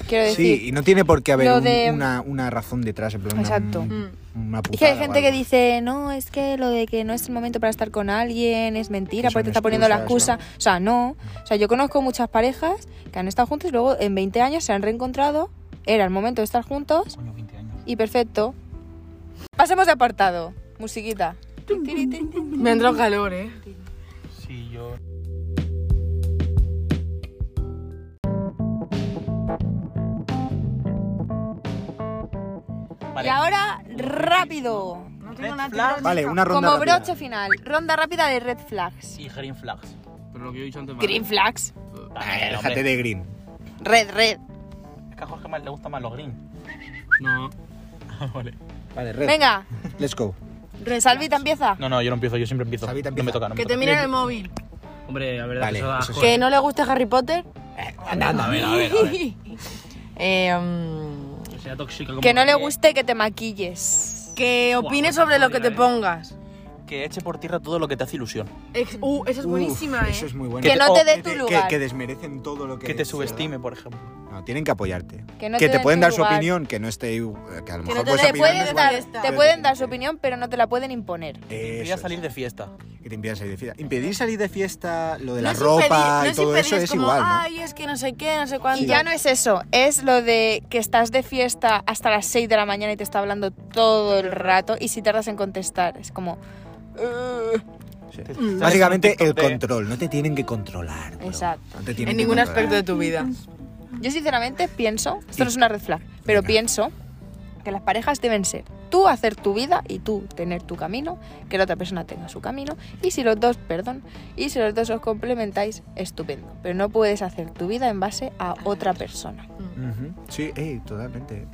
C: Quiero decir,
B: Sí, y no tiene por qué haber
C: lo
B: un-
C: de-
B: una, una razón detrás. En plan, una-
C: Exacto.
B: un- una
C: Es que hay
B: putada o
C: gente que
B: algo.
C: dice, no, es que lo de que no es el momento para estar con alguien es mentira,
B: Que
C: porque te
B: son
C: está poniendo la excusa.
B: excusas,
C: O sea, no. O sea, yo conozco muchas parejas que han estado juntas y luego en 20 años se han reencontrado, era el momento de estar juntos
D: Coño, 20 años.
C: y perfecto. Pasemos de apartado, musiquita.
F: Me ha entrado calor, ¿eh?
D: Sí, yo... Vale.
C: Y ahora, rápido.
F: No
D: tengo Red nada que flag.
B: Vale, una ronda.
C: Como
B: rápida.
C: broche final, ronda rápida de red flags.
D: Sí, green flags.
E: Pero lo que yo he dicho antes. ¿vale?
C: Green flags.
B: Ah,
D: Vale,
B: déjate
D: hombre.
B: de green.
C: Red, red.
D: Es que a Jorge más le gustan más los green.
E: No.
D: vale.
B: Vale, red.
C: Venga,
B: Let's go.
C: Salvita empieza.
D: No, no, yo no empiezo, yo siempre empiezo.
B: Sabita
D: No me
B: empieza.
D: toca, no me
F: Que te
D: toca.
F: miren el móvil.
E: Hombre, la verdad
B: Vale,
E: que eso da
B: eso
E: asco.
F: Que no le guste Harry Potter.
D: A ver, a ver, a ver.
F: Eh, mm,
E: Que sea tóxica como
C: Que no le
E: que-
C: guste que te maquilles.
F: que opine sobre lo que te pongas.
D: Que eche por tierra todo lo que te hace ilusión.
F: Ex- Uh, esa es buenísima,
B: Uf,
F: ¿eh?
B: Eso es muy bueno.
C: Que no te dé
B: Que
C: tu
B: te-
C: lugar.
B: Que, que desmerecen todo lo que.
D: Que te
B: es,
D: subestime,
B: ¿verdad?
D: por ejemplo.
B: No, tienen que apoyarte.
C: Que no te den
B: pueden
C: tu
B: dar su
C: lugar.
B: opinión, que no esté. eh, Que a lo
F: Que
B: mejor vuestra
C: Te
F: no te den-
B: opinión no
C: pueden,
B: es
F: igual.
C: dar,
B: buena.
F: Molesta.
C: te
B: Pero
C: pueden dar su opinión, pero no te la pueden imponer.
B: Eso
D: Voy a
B: es.
D: salir de fiesta.
B: Que te impidan salir de fiesta. Impedir salir de fiesta, lo de la
F: es
B: ropa
F: impedir- no
B: y todo
F: impedir,
B: eso es
F: como,
B: igual. ¿no?
F: Ay, es que no sé qué, no sé cuánto.
C: Y ya no es eso, es lo de que estás de fiesta hasta las 6 de la mañana y te está hablando todo el rato y si tardas en contestar, es como... "Ugh".
D: Te-
B: Básicamente el
D: de-
B: control, no te tienen que controlar. bro.
C: Exacto.
B: No te tienen
F: En
B: que
F: ningún
B: controlar.
F: aspecto de tu vida.
C: Yo sinceramente pienso, esto no es una red flag, pero
B: Venga.
C: pienso que las parejas deben ser tú hacer tu vida y tú tener tu camino, que la otra persona tenga su camino y si los dos, perdón, y si los dos os complementáis, estupendo, pero no puedes hacer tu vida en base a otra persona.
B: Ujú. Sí, ey, totalmente.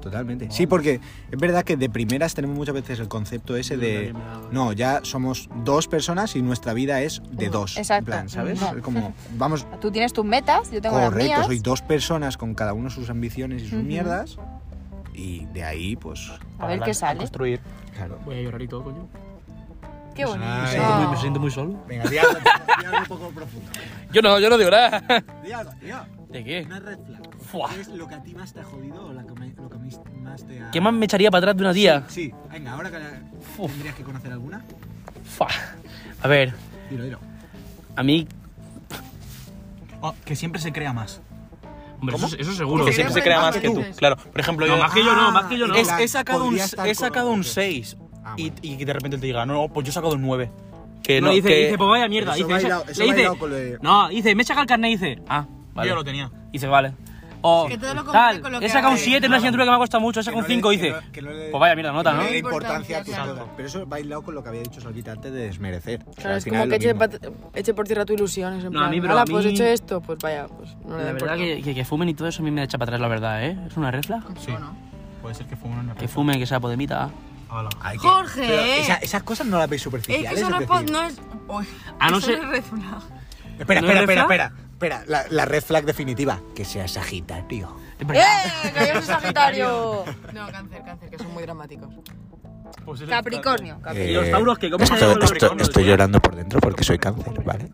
B: Totalmente. Sí, porque es verdad que de primeras tenemos muchas veces el concepto ese de no, ya somos dos personas y nuestra vida es de dos.
C: Exacto.
B: En plan, ¿sabes?
C: No.
B: Es Como vamos
C: Tú tienes tus metas, yo tengo las
B: correcto,
C: mías.
B: soy dos personas con cada uno sus ambiciones y sus
C: Ujú.
B: mierdas y de ahí pues
C: A ver qué sale.
D: Construir.
B: claro.
E: Voy a llorar y todo, coño.
C: Qué bonito.
E: Me
B: Ay.
E: siento, muy, me
C: No.
E: siento muy solo.
B: Venga, di algo, di algo un poco profundo.
E: Yo no, yo no digo nada.
B: Di algo, tío.
E: ¿De qué?
H: Una red flag.
E: Fuah.
H: ¿Qué es lo que a ti más te ha jodido o la que me- lo que mis- más te ha...
E: ¿Qué más me echaría para atrás de una tía?
H: Sí, venga, ahora que la-
E: Uf.
H: tendrías que conocer alguna,
E: Fua. A ver,
H: dilo, dilo.
E: a mí.
H: Oh, que siempre se crea más.
E: Hombre, eso, eso seguro.
D: Que
E: Sí,
D: siempre
E: sí.
D: se crea más que tú. Claro. Por ejemplo,
E: No,
D: yo.
E: más que yo no, más que yo no.
D: Es-
B: la-
D: he sacado un,
B: podría estar
D: he sacado un
B: colgado.
D: 6
B: Ah,
D: y,
B: bueno.
D: y que de repente te diga, no, pues yo he sacado un 9. Que
E: No,
D: no,
E: dice,
D: que
E: dice, pues vaya mierda.
B: Eso
E: Dice,
B: va
E: esa-
B: hilado- eso
E: le
B: va
E: dice-
B: hilado con lo de-
E: No, dice, me he sacado el carnet y dice. Ah, vale.
D: yo lo tenía.
E: Dice, vale. O,
F: que todo lo comparte
E: tal,
F: con lo
E: he
F: que
E: sacado un
F: hace.
E: 7 en una asignatura que me ha costado mucho, he
B: Que
E: sacado un
B: no le-
E: 5 y
B: que
E: dice.
B: no- que no le-
E: Pues vaya mierda, nota,
B: que
E: ¿no?
B: le dé
F: Importancia,
B: importancia a tus
F: claro.
B: dudas. Pero eso va hilado con lo que había dicho Solvita antes de desmerecer. O sea,
F: Claro,
B: al
F: es
B: final
F: como que
B: lo
F: eche,
B: mismo.
F: pat- eche por tierra tus ilusiones. En
E: No, a
F: plan,
E: mí, pero
F: "Hala,
E: a mí-
F: pues he hecho esto, pues vaya, pues no le
E: La
F: den
E: verdad
F: por
E: que, que, que fumen y todo eso a mí me echa para atrás, la verdad, ¿eh? Es una refla.
D: Sí. Puede ser que fue una
E: Que fumen, que sea podemita.
D: Ah,
B: Ay, que-
F: Jorge. eh.
B: pero esa- esas cosas no las veis superficiales.
F: Es que eso no,
B: es
F: po-
B: decir-
F: no es. Uy,
E: A no
F: eso
E: ser-
F: es red flag.
B: Espera,
E: ¿No
B: espera,
E: es red
B: espera,
E: flag?
B: espera. Espera, la, la red flag definitiva. Que sea Sagitario.
C: ¡Eh! ¡Que yo soy Sagitario!
F: No, cáncer, cáncer, que son muy dramáticos.
E: Pues
C: Capricornio.
E: Y
C: Capricornio.
E: los tauros que comen
B: Eh, Esto- esto- estoy llorando por dentro porque soy cáncer, ¿vale?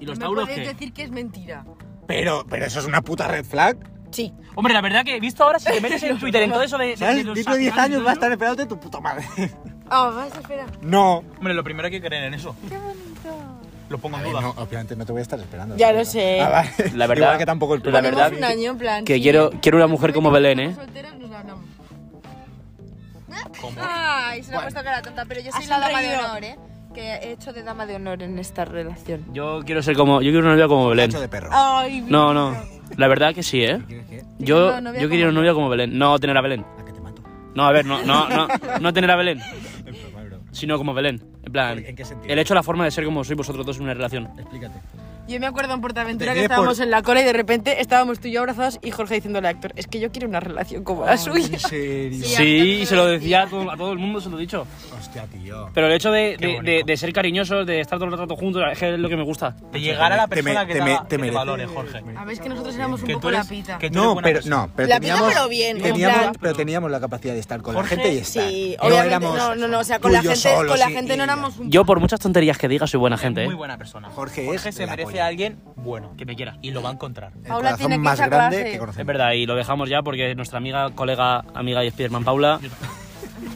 E: Y
F: No
E: los
F: me
E: tauros
F: puedes
E: que.
F: decir que es mentira.
B: Pero, pero eso es una puta red flag.
F: Sí.
E: Hombre, la verdad que he visto ahora si te metes en Twitter en todo eso de. de- de
B: ¿Sabes?
E: los
B: Dentro de 10 años
E: sapiens,
B: va a estar esperándote tu puta madre.
F: Ah, vas a esperar.
B: No.
D: Hombre, lo primero hay que creer en eso. Qué bonito. Lo pongo
B: A
D: en
B: ver,
D: duda.
B: Eh, no, obviamente no te voy a estar esperando.
F: Ya lo
B: ¿no?
F: sé.
B: Ah, vale.
E: La verdad-
B: Igual que tampoco el
E: la
B: plan.
E: verdad-
F: Tenemos un año, en plan.
E: Que
F: sí.
E: quiero, quiero una mujer como Belén, ¿eh?
F: Solteros nos hablamos.
C: Ay, se le ha puesto cara tonta, pero yo soy
F: Has
C: la dama de
F: sonreído.
C: honor, ¿eh? Que he hecho de dama de honor en esta relación.
E: Yo quiero ser como. Yo quiero una novia como Belén. Ah.
B: Cacho de perro.
F: Ay,
E: No, no. La verdad que sí, ¿eh?
B: ¿Quieres que?
E: Yo,
C: una novia
E: yo quería
C: como
E: una novia como Belén. No tener a Belén.
B: A que te mato.
E: No, a ver, no, no, no, no tener a Belén. Sino como Belén. En plan.
B: ¿En qué sentido?
E: El hecho, la forma de ser como sois vosotros dos en una relación.
B: Explícate.
F: Yo me acuerdo en Portaventura
B: Te
F: que
B: diré por-
F: estábamos en la cola y de repente estábamos tú y yo abrazados y Jorge diciéndole al actor, es que yo quiero una relación como la suya.
B: ¿En serio?
E: Sí, y se lo decía a todo, a todo el mundo, se lo he dicho.
B: Hostia, tío.
E: Pero el hecho de, de, de- de ser cariñosos, de estar todo el rato juntos, es que es lo que me gusta.
D: De llegar a la
B: Te me-
D: persona que
B: te
D: te,
B: me-
D: haga-
B: te
D: que te
B: mereces.
D: valore, Jorge.
F: A ver, es que nosotros éramos un
D: Que
F: poco
D: tú
F: la
D: eres,
F: pita.
D: que tú
B: No,
D: eres buena
B: pero,
D: persona.
B: no, pero
F: La
B: teníamos,
F: pita, pero bien, en
B: teníamos,
F: plan-
B: pero teníamos la capacidad de estar con
D: Jorge,
B: la gente y estar.
F: Sí,
B: No
F: obviamente.
B: éramos
F: no, no, no, o sea, con la
B: tú y yo
F: gente, con
B: solos
F: la
B: y-
F: gente
B: y-
F: no éramos un
E: Yo, por muchas tonterías que diga, soy buena gente,
D: Muy
E: ¿eh?
D: buena persona.
B: Jorge es
D: se
B: la
D: merece
B: polla.
D: a alguien bueno.
E: Que me quiera.
D: Y lo va a encontrar.
B: El
C: Paula
B: corazón
C: tiene que
B: más
C: sacarse.
B: grande que
E: Es
B: conocemos.
E: verdad, y lo dejamos ya porque nuestra amiga, colega, amiga y Spiderman Paula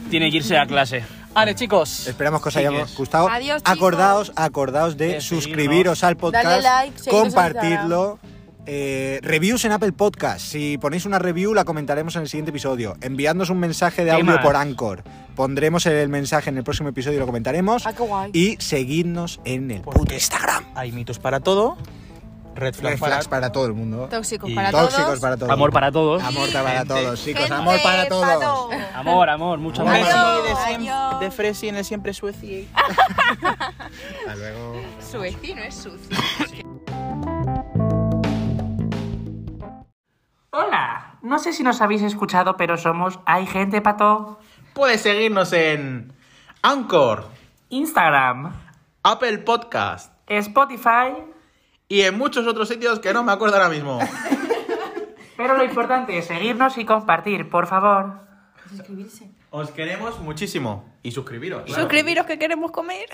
E: tiene que irse a clase.
D: Vale, chicos.
B: Esperamos que os haya
D: Chiques.
B: gustado.
C: Adiós, chicos.
B: acordaos, acordaos de
D: De
B: suscribiros al
F: Dale
B: podcast,
F: like, seguidnos en
B: compartirlo. eh, reviews en Apple Podcast. Si ponéis una review, la comentaremos en el siguiente episodio. Enviadnos un mensaje de audio
E: Temas.
B: por Anchor. Pondremos el mensaje en el próximo episodio y lo comentaremos.
F: Ah, qué guay.
B: Y seguidnos en el
D: Porque-
B: puto Instagram.
D: Hay mitos para todo. Red flag
B: Red
D: para
B: flags para todo el mundo.
C: Tóxicos
D: Y
C: para
B: Tóxicos
C: todos.
B: para todos.
E: Amor para todos.
B: Amor para todos, chicos.
C: Gente,
B: Amor para
C: pa'
B: todos.
E: Amor, amor, mucho
D: Un
E: amor.
D: beso
C: Adiós.
D: de, siem-
F: Adiós.
D: de Fresi en el siempre Suecia.
B: Hasta luego.
C: Su vecino es sucio.
I: Hola, no sé si nos habéis escuchado, pero somos Hay Gente Pato.
D: Puedes seguirnos en Anchor,
I: Instagram,
D: Apple Podcast
I: Spotify,
D: y en muchos otros sitios que no me acuerdo ahora mismo.
I: pero lo importante es seguirnos y compartir, por favor.
D: Os queremos muchísimo. Y suscribiros. claro.
F: Suscribiros que queremos comer.